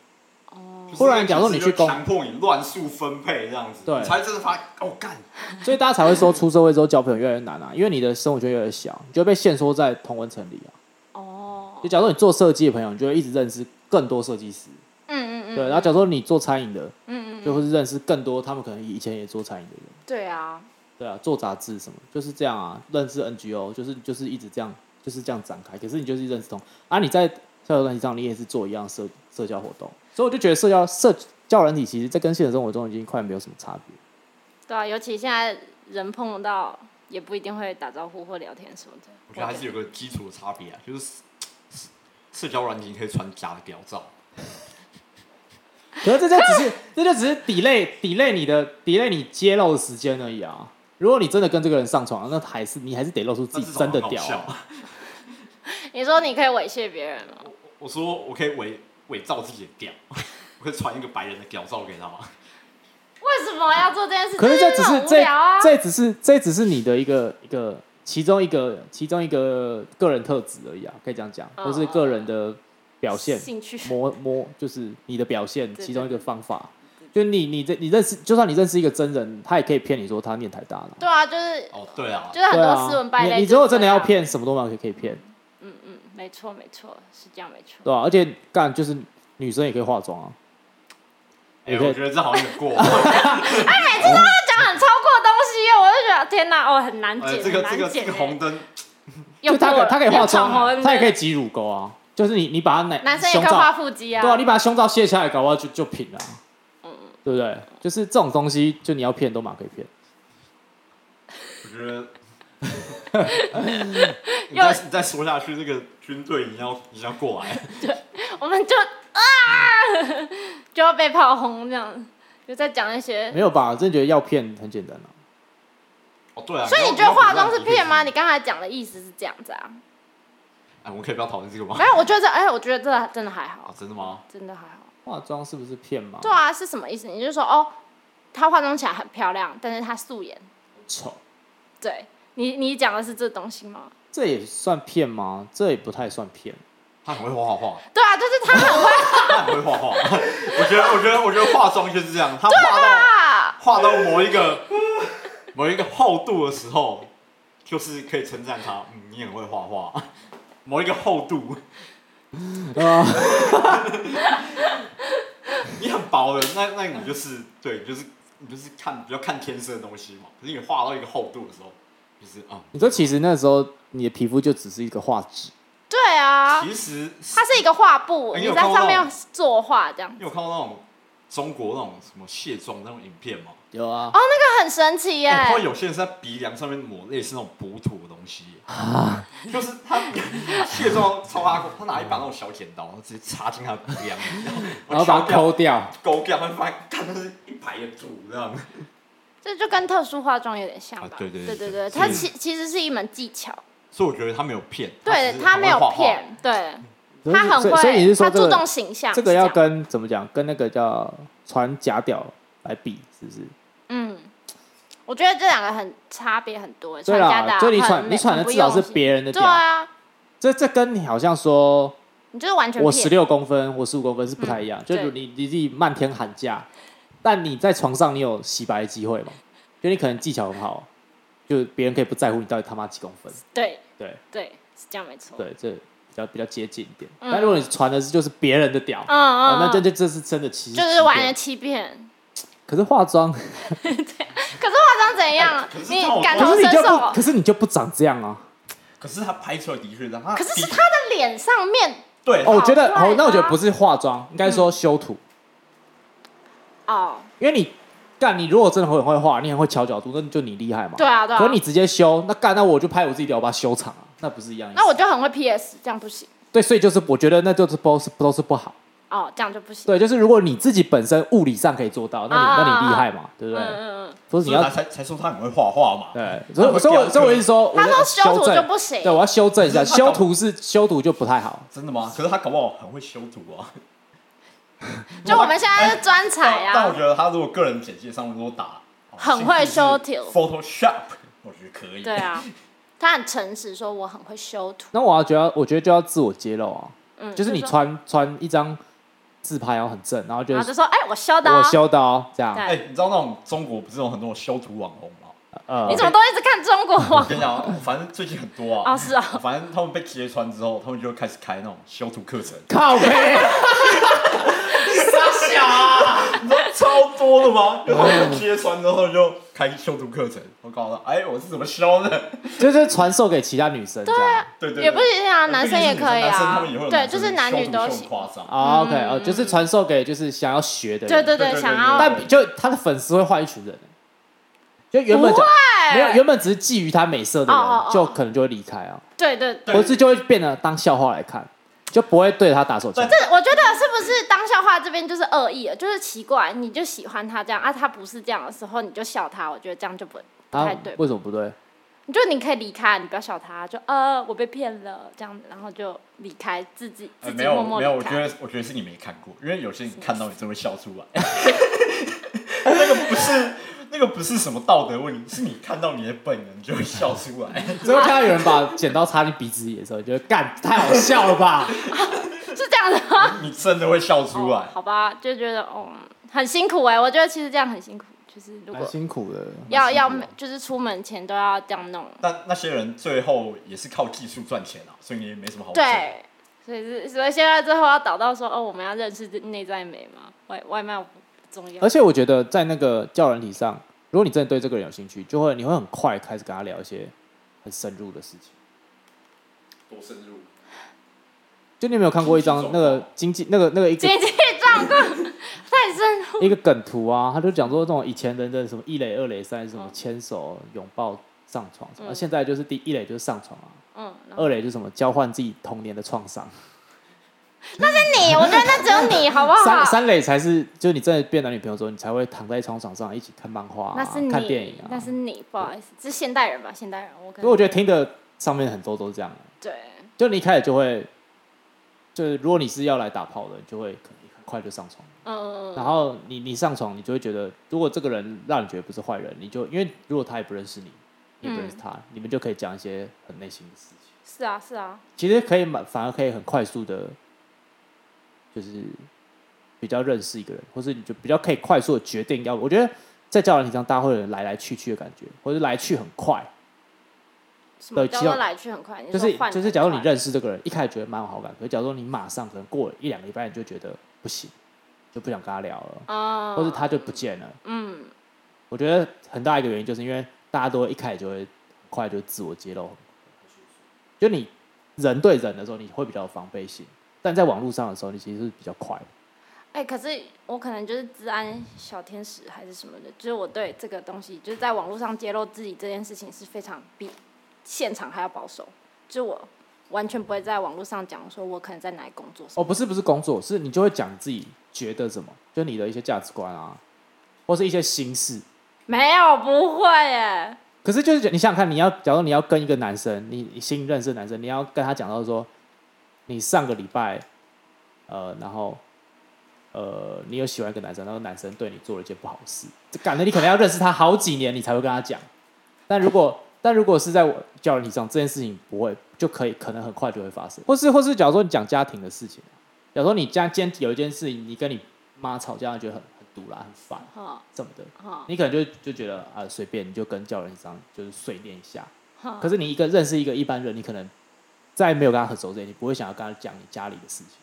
C: 不
A: 不然假如你去公
C: 强迫你乱数分配这样子，
A: 对
C: 你才真的发哦干，
A: 所以大家才会说出社会之后交朋友越来越难啊，因为你的生活圈越来越小，你就会被限缩在同温层里啊。
B: 哦，
A: 就假如你做设计的朋友，你就会一直认识更多设计师，
B: 嗯嗯嗯，
A: 对，然后假如说你做餐饮的，
B: 嗯嗯嗯，
A: 就会认识更多他们可能以前也做餐饮的人，
B: 对啊，
A: 对啊，做杂志什么就是这样啊，认识 NGO 就是就是一直这样就是这样展开，可是你就是认识同啊，你在社交软体上你也是做一样社社交活动，所以我就觉得社交社交软体其实在跟现实生活中已经快没有什么差别。
B: 对啊，尤其现在人碰到也不一定会打招呼或聊天什么的。
C: 我觉得还是有个基础的差别啊，就是社社交软件可以传假的屌照，
A: 可是这就只是，这就只是 delay delay 你的 delay 你揭露的时间而已啊。如果你真的跟这个人上床，那还是你还是得露出自
C: 那
A: 己
C: 至少
A: 真的
C: 很好
A: 屌啊、
C: 笑。
B: 你说你可以猥亵别人吗？
C: 我说我可以伪伪造自己的屌， 我可以传一个白人的屌照给他吗？
B: 为什么要做这件 事？
A: 可是这只
B: 真
A: 是
B: 的很无
A: 这
B: 聊啊。
A: 这只是这只是你的一个一个其中一个其中一个个人特质而已啊，可以这样讲，
B: 嗯
A: 或是个人的表现
B: 兴趣
A: 模模，就是你的表现
B: 对
A: 其中一个方法。就你你这你认识，就算你认识一个真人，他也可以骗你说他念台大了。
B: 对啊，就是
C: 哦，对啊，
B: 就是很
A: 对
B: 多斯文败
A: 啊，
B: 类、
A: 你你如果真的要，骗，什么都没有可以骗。
B: 嗯嗯，没错没错，是这样没错。
A: 对啊，而且干就是女生也可以化妆啊，
C: 哎、
A: 也可以
C: 我觉得这好像有点过，
B: 哎他讲很超过东西耶，我就觉得天哪，哦，很难
C: 呃，
B: 解，
C: 这个这
B: 很
C: 个
B: 难欸
C: 这
B: 解
C: 个红灯，
A: 就
B: 又
A: 她可她可以化妆啊，她也可
B: 以，
A: 以挤乳沟啊，就是你你把她奶
B: 男生也
A: 胸
B: 可以画
A: 罩，
B: 腹肌啊。
A: 对啊，你把她胸罩卸下来，搞不好就就平了啊、
B: 嗯
A: 对不对？就是这种东西，就你要骗都蛮可以骗。
C: 我 觉得。你
B: 又
C: 再你再说下去，这个军队你要你要过来，
B: 我们就啊， 就要被炮轰这样，就在讲一些。
A: 没有吧？真的觉得要骗很简单啊。
C: 哦对啊，
B: 所以
C: 要
B: 你觉得化妆是骗吗？
C: 要
B: 你刚才讲的意思是这样子啊？
C: 哎，我们可以不要讨论这个吗？
B: 没有，我觉得这哎，我觉得这真的还
C: 啊
B: 好，，
C: 真的吗？
B: 真的还好。
A: 化妆是不是骗嘛？
B: 对啊，是什么意思？你就说哦，她化妆起来很漂亮，但是她素颜。
A: 丑，
B: 对你，你讲的是这东西吗？
A: 这也算骗吗？这也不太算骗。
C: 他很会画画画，
B: 对啊，就是她很会
C: 他很会画画。我觉得，我觉得，我觉得化妆就是这样，他画到，
B: 画
C: 画到某一个某一个厚度的时候，就是可以称赞他，嗯，你很会画画。某一个厚度，
A: 啊，
C: 你很薄的，那那你就是对，你就是你就是看比较看天生的东西嘛。可是你画到一个厚度的时候，就是啊、
A: 你说其实那时候你的皮肤就只是一个画纸，
B: 对啊，
C: 其实是
B: 它是一个画布，
C: 哎
B: 你
C: 你有
B: 在
C: 看过
B: 上
C: 那
B: 面
C: 种
B: 作画这样
C: 你，有看到那种中国那种什么卸妆那种影片吗？
A: 有
B: 哦
A: 啊，
B: 这很神奇耶、
C: 欸、然后有些人是在鼻梁上面抹类似那种补土的东西，
B: 啊
C: 就是他卸妆超阿公，他拿一把那种小剪刀，然后直接插进他的鼻梁里，
A: 然后把它抠
C: 敲
A: 掉。
C: 掉勾掉，他发现看那是一排的土这样。
B: 这就跟特殊化妆有点像吧？
C: 啊对
B: 对
C: 对
B: 对
C: 对
B: 对
C: 对
B: 它
C: 是
B: 其其实是一门技巧，
C: 所以我觉得他没有骗，
B: 对
C: 只是
B: 他没有
C: 很会画画，
B: 骗，对
A: 所以
B: 他很
A: 所以所以你
B: 会，
A: 是说
B: 他
A: 这
B: 注重
A: 个
B: 形象，
A: 这个要
B: 是样
A: 跟怎么讲？跟那个叫传假屌来比，是不是？
B: 嗯，我觉得这两个很差别很多，
A: 对
B: 传家的啊
A: 啦，就你
B: 很
A: 传
B: 美
A: 你传的
B: 很不
A: 至少是
B: 用心
A: 别人的
B: 对
A: 屌，
B: 啊，
A: 这这跟你好像说
B: 你就是完全
A: 我
B: 骗
A: 十六公分，我十五公分是不太一样。
B: 嗯
A: 就
B: 对
A: 如你你自己漫天喊价，但你在床上你有洗白的机会吗？就你可能技巧很好，就别人可以不在乎你到底他妈几公分。
B: 对
A: 对
B: 对是这样没错，
A: 对，这比较比较接近一点。
B: 嗯
A: 但如果你传的是就是别人的屌，
B: 嗯嗯，
A: 哦，那这
B: 嗯
A: 这这是真的欺，
B: 就是完全。欺骗，
A: 可是化妆，可
B: 可是化妆怎样
C: 哎可？是
B: 你
C: 这种
B: 感
C: 东
B: 同
A: 是你
B: 身
A: 就
B: 受
A: 不，
B: 哦，
A: 可是你就不长这样啊。
C: 可是他拍出来的确是他，
B: 可是是
C: 的确
B: 他的脸上面
C: 对
A: 哦，我觉得，
B: 好帅
A: 哦，那我觉得
B: 啊嗯
A: 不是化妆，应该说修图，
B: 哦，
A: 因为你干，你如果真的很会画，你很会调角度，那就你厉害嘛。
B: 对啊对
A: 可
B: 啊
A: 是，你直接修，那干，那我就拍我自己屌，我把它修长啊，那不是一样意思？
B: 那我就很会 PS，这样不行
A: 对，所以就是我觉得那就是都是都是不好。
B: 哦，这样就不行，
A: 对，就是如果你自己本身物理上可以做到，那你
B: 啊
A: 那你厉害嘛，对不
B: 嗯
A: 对？
B: 嗯嗯。
A: 所以你
C: 所
A: 要
C: 以他才才说他很会画画嘛。
A: 对，所以所以我所以我一直说，我
B: 他说
A: 要
B: 修图
A: 正
B: 就不行
A: 对，我要修正一下，
C: 可是他搞
A: 修图是修图就不太好。
C: 真的吗？可是他搞不好很会修图啊。
B: 就我们现在是专才
C: 哎 但但我
B: 啊
C: 觉，得他如果个人简介上面如果打哦
B: 很会修图
C: Photoshop，我觉得可 以。
B: 对啊，他很诚实说我很会修图，
A: 那我要觉得，我觉得就要自我揭露啊，
B: 嗯，
A: 就是你
B: 说，
A: 穿穿一张自拍，哦然后很正，然后就
B: 然后就说哎我修的哦，
A: 我修的哦，这样，
B: 对
C: 哎、你知道那种中国不是有很多修图网红吗？
A: 呃
B: 你，怎么都一直看中 国
C: 我
B: 网
C: 跟你讲，反正最近很多啊。
B: 哦是哦，
C: 反正他们被揭穿之后，他们就开始开那种修图 课程，
A: 靠背，
C: 傻小、啊，你知道超多的 吗？就他们被揭穿之后就开修图课程，我告诉他，哎，我是怎么修的？
A: 就是传授给其他女
B: 啊
A: 生这样。
C: 对对对，
B: 也不一定啊，
C: 不一定是
B: 男生也可以
C: 男生他
B: 啊
C: 们也会，有
B: 对，
C: 男
B: 就
C: 生
B: 是男女
C: 修图
B: 都
C: 修得
B: 行，
C: 夸张，
A: 哦，OK，哦，就是传授给就是想要学的人，
B: 嗯对对
C: 对对对
B: 想
C: 对
B: 要
C: 对
A: 但就他的粉丝会换一群人，就原本
B: 不
A: 就没有
B: 哎，
A: 原本只是觊觎他美色的
B: 哦哦哦
A: 人，就可能就会离开啊，
B: 对对，对
C: 对
A: 或是就会变得当笑话来看，就不会对他打手枪
C: 对。
B: 这我觉得是不是当笑话这边就是恶意了，就是奇怪，你就喜欢他这样啊，他不是这样的时候你就笑他，我觉得这样就不不
A: 啊
B: 太对，
A: 为什么不对？
B: 你就你可以离开，你不要笑他，就呃我被骗了这样子，然后就离开自己
C: 呃
B: 自
C: 没
B: 己
C: 有
B: 默默
C: 没有，
B: 离
C: 我觉
B: 开。
C: 得我觉得是你没看过，因为有些人看到你真会笑出来。那个不是那个不是什么道德问题，是你看到你的本人就会笑出 来。
A: 最后看到有人把剪刀插进鼻子里的时候，你觉得干太好笑了 吧？
B: 是这样的吗？
C: 你真的会笑出
B: 哦
C: 来，。
B: 好吧，就觉得哦很辛苦哎、我觉得其实这样很辛苦，就是如果
A: 辛苦的。
B: 要
C: 蛮辛
B: 要
C: 苦的
B: 就是出门前都要这样弄，
C: 那那些人最后也是靠技术赚钱啊，所以你也没什么好讲。
B: 对，所以是所以现在最后要导到说哦，我们要认识内在美嘛，外外貌不重要
A: 而，且我觉得在那个教人体上，如果你真的对这个人有兴趣，就会你会很快开始跟他聊一些很深入的事情。
C: 多深入。
A: 就你有没有看过一张那个经济那个那个一个
B: 经济 状况太深入，
A: 一个梗图啊，他就讲说这种以前人的什么一垒、二垒、三垒什么
B: 嗯
A: 牵手、拥抱、上床什么，
B: 嗯
A: 现在就是第一垒就是上床啊，
B: 嗯，然后
A: 二垒就是什么交换自己童年的创伤，
B: 你，我觉得那只有 你好不好？
A: 三三垒才是就是你真的变男女朋友之后，你才会躺在床床上一起看漫画、啊、
B: 那是你，
A: 看电影啊
B: 那。是你，不好意思，这是现代人吧？现代人，我
A: 可
B: 跟
A: 是我觉得听的上面很多都是这样，
B: 对，
A: 就你一开始就会，就是如果你是要来打炮的，你就会可能很快就上床。
B: 嗯
A: 然后你你上床，你就会觉得，如果这个人让你觉得不是坏人，你就因为如果他也不认识你，
B: 嗯
A: 你也不认识他，你们就可以讲一些很内心的事情。
B: 是啊是啊，
A: 其实可以蛮，反而可以很快速的，就是比较认识一个人，或是你就比较可以快速的决定要。我觉得在交友软体上，大家会有来来去去的感觉，或者来去很快，
B: 什么
A: 对
B: 叫
A: 其实
B: 做来去很快？你
A: 就
B: 说
A: 是
B: 换
A: 就是，
B: 很
A: 假如
B: 快
A: 你认识这个人，一开始觉得蛮有好感，可是假如说你马上可能过了一两个礼拜，你就觉得不行，就不想跟他聊了，
B: 啊，
A: 或是他就不见了。
B: 嗯
A: 我觉得很大一个原因就是因为大家都一开始就会很快就自我揭露，就你人对人的时候，你会比较有防备心，但在网络上的时候，你其实是比较快的。
B: 哎、可是我可能就是治安小天使还是什么的，就是我对这个东西，就是在网络上揭露自己这件事情是非常比现场还要保守，就我完全不会在网络上讲说我可能在哪里工作什么。
A: 哦，不是不是工作，是你就会讲自己觉得什么，就你的一些价值观啊，或是一些心事。
B: 没有，不会耶。
A: 可是就是你想想看，你要假如你要跟一个男生，你你新认识的男生，你要跟他讲到说，你上个礼拜，呃，然后，呃，你有喜欢一个男生，然后男生对你做了一件不好的事，这感觉你可能要认识他好几年，你才会跟他讲。但如果但如果是在我交友软体上，这件事情不会就可以，可能很快就会发生，或是或是假如说你讲家庭的事情，假如说你家今天有一件事情，你跟你妈吵架，觉得很很堵啦，很烦，
B: 哈
A: 怎么的，
B: 哈
A: 你可能就就觉得啊，随便你就跟教人上就是碎念一下。
B: 哈
A: 可是你一个认识一个一般人，你可能在没有跟他很熟之前，你不会想要跟他讲你家里的事情。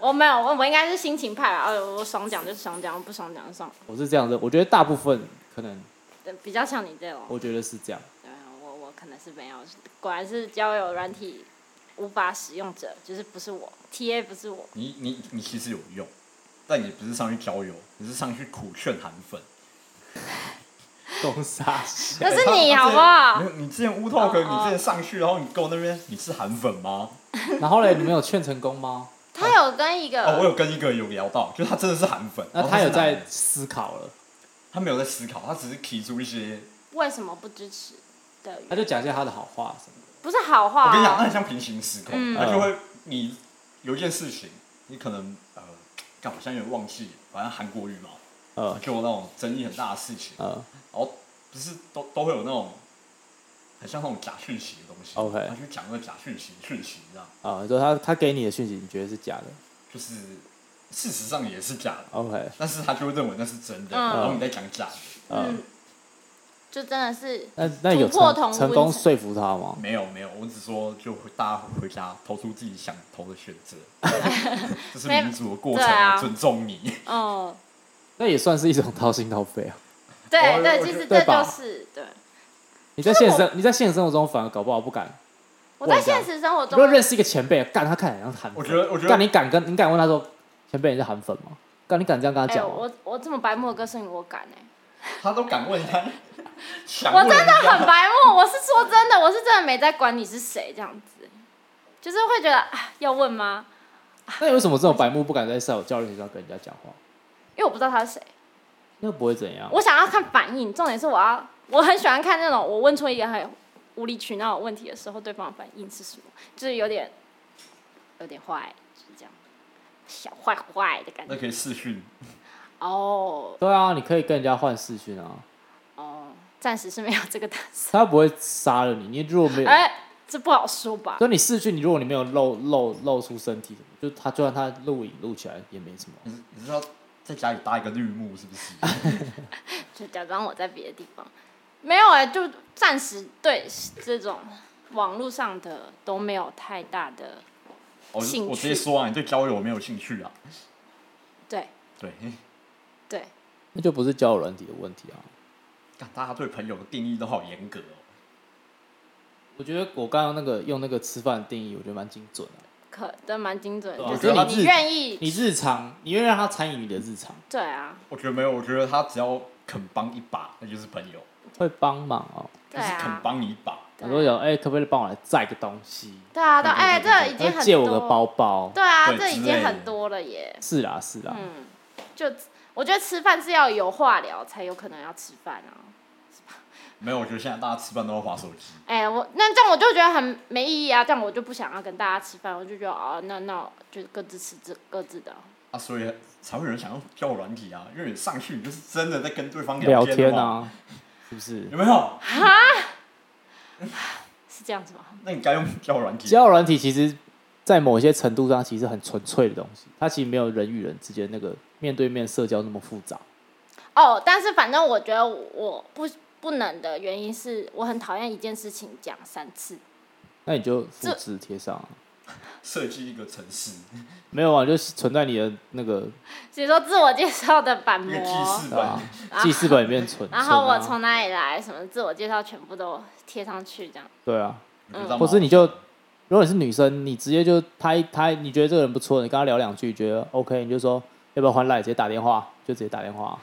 B: 我没有，我我应该是心情派吧。呃，我爽讲就爽讲，我不爽讲就爽。
A: 我是这样的，我觉得大部分可能
B: 对比较像你这种，
A: 我觉得是这样。
B: 对啊我我可能是没有，果然是交友软体无法使用者，就是不是我，TA 不是我。
C: 你你你其实有用，但你不是上去交友，你是上去苦劝韩粉。
A: 公傻笑，
B: 那是
C: 哎
B: 你
C: 他
B: 好
C: 他
B: 不好
C: 之前没有，你之前乌托克，
B: 啊哦哦
C: 你之前上去，然后你跟我那边，你是韩粉吗？
A: 然后嘞，你们有劝成功吗？
B: 他有跟一个，
C: 哦，我有跟一个有聊到，就是他真的是韩粉。
A: 那
C: 然后
A: 他
C: 是
A: 有
C: 男
A: 在
C: 的，
A: 思考了，
C: 他没有在思考，他只是提出一些。
B: 为什么不支持的原因
A: 他就讲一下他的好话什么的。
B: 不是好话、
C: 我跟你讲，那
B: 哦，
C: 很像平行时空，
B: 嗯
C: 他就会你有一件事情，你可能呃，干我现在有点忘记，反正韩国语嘛，
A: 呃
C: 就那种争议很大的事情，
B: 嗯
A: 呃，
C: 然后不是都都会有那种很像那种假讯息的东西
A: OK
C: 他去讲那个假讯息讯息这样，
A: 啊、你说他他给你的讯息，你觉得是假的
C: 就是事实上也是假的，
A: ？OK，
C: 但是他就会认为那是真的，
B: 嗯
C: 然后你在讲假的，
A: 呃，
B: 嗯，就真的是
A: 那那有
B: 突破同
A: 成
B: 温
A: 成功
B: 层
A: 说服他吗？
C: 没有没有，我只说就回大家回家投出自己想投的选 择，这是民主的过程，
B: 对啊
C: 我尊重你。
B: 哦，
A: 那也算是一种掏心掏肺啊。
C: 哦
B: 对
C: 我
B: 对，
C: 我
B: 其
C: 觉
B: 实
A: 对
B: 这
A: 吧
B: 就是对。
A: 你在现实生你在现实生活中反而搞不好不敢
B: 我在
A: 问一下
B: 现实生活
A: 如
B: 中
A: 果，认识一个前辈，干他看起来像韩粉，
C: 我觉得我觉得
A: 干你敢跟你敢问他说，前辈你是韩粉吗？干你敢这样跟他
B: 哎、
A: 讲吗？
B: 我我这么白目的个性，我敢哎、
C: 他都 敢问他，想
B: 我
C: 问
B: 真的
C: 人家
B: 很白目，我是说真的，我是真的没在管你是谁这样子，就是会觉得啊要问吗？
A: 那你为什么这种白目不敢在校友教练上跟人家讲话？
B: 因为我不知道他是谁，
A: 那不会怎样。
B: 我想要看反应，重点是我要我很喜欢看那种我问出一个很无理取闹的问题的时候，对方的反应是什么，就是有点有点坏，就是这样小坏坏的感
C: 那
B: 觉。
C: 可以视讯，
B: 哦
A: 对啊，你可以跟人家换视讯啊，
B: 哦，暂时是没有这个打 算。
A: 他不会杀了你。你如果没有，
B: 哎、这不好说吧？
A: 所以你视讯，你如果你没有露露露出身体什么，就他就算他录影录起来也没什么。
C: 你是你是要在家里搭一个绿幕是不是？
B: 就假装我在别的地方。没有哎、就暂时对这种网络上的都没有太大的
C: 我
B: 兴趣
C: 我直接说啊，你对交友没有兴趣啊？
B: 对
C: 对，
B: 对，
A: 那就不是交友软体的问题啊。
C: 干大家对朋友的定义都好严格哦。
A: 我觉得我刚刚那个用那个吃饭的定义，我觉得蛮精准的。
B: 可都蛮精准的，
A: 对啊
B: 就
A: 可
B: 是你
A: 是
B: 你愿意
A: 你日常，你愿意让他参与你的日常，
B: 对啊，
C: 我觉得没有，我觉得他只要肯帮一把，那就是朋友，
A: 会帮忙哦。
C: 就
B: 对
C: 是肯
B: 啊，
C: 帮你一把。
A: 我说
B: 对啊
A: 有，哎、可不可以帮我来载个东西？
B: 对啊，对啊哎、
C: 对对对
B: 这已经很
A: 要
B: 多
A: 借我个包，包。
B: 对啊，
C: 对
B: 这已
C: 之类
B: 经
C: 的
B: 很多了耶，
A: 是啦，是啦。
B: 嗯，就我觉得吃饭是要有话聊才有可能要吃饭啊，是吧？
C: 没有，我觉得现在大家吃饭都要划手机。
B: 哎、我那这样我就觉得很没意义啊，这样我就不想要跟大家吃饭，我就觉得哦，那那就各自吃自各自的。
C: 啊，所以才会有人想要交友软体啊，因为你上去你就是真的在跟对方
A: 聊
C: 天
A: 天
C: 的嘛，
A: 啊，是不是？
C: 有没有？
B: 是这样子吗？
C: 那你该用交友软体。
A: 交友软体其实，在某些程度上，其实很纯粹的东西，它其实没有人与人之间那个面对面社交那么复杂。
B: 哦，但是反正我觉得我不不能的原因是我很讨厌一件事情讲三次。
A: 那你就复制贴上、啊，
C: 设计一个城市，
A: 没有啊，就是存在你的那个
B: 比如说自我介绍的板
C: 一个记
B: 模，
C: 事
A: 啊
C: 本，
A: 记事本里面存。
B: 然后我
A: 存啊
B: 从哪里来，什么自我介绍全部都贴上去，这样。
A: 对啊，
C: 你知道吗？
A: 或是你就如果你是女生，你直接就拍拍，你觉得这个人不错，你跟他聊两句，觉得 OK，你就说要不要换赖，直接打电话，就直接打电 话。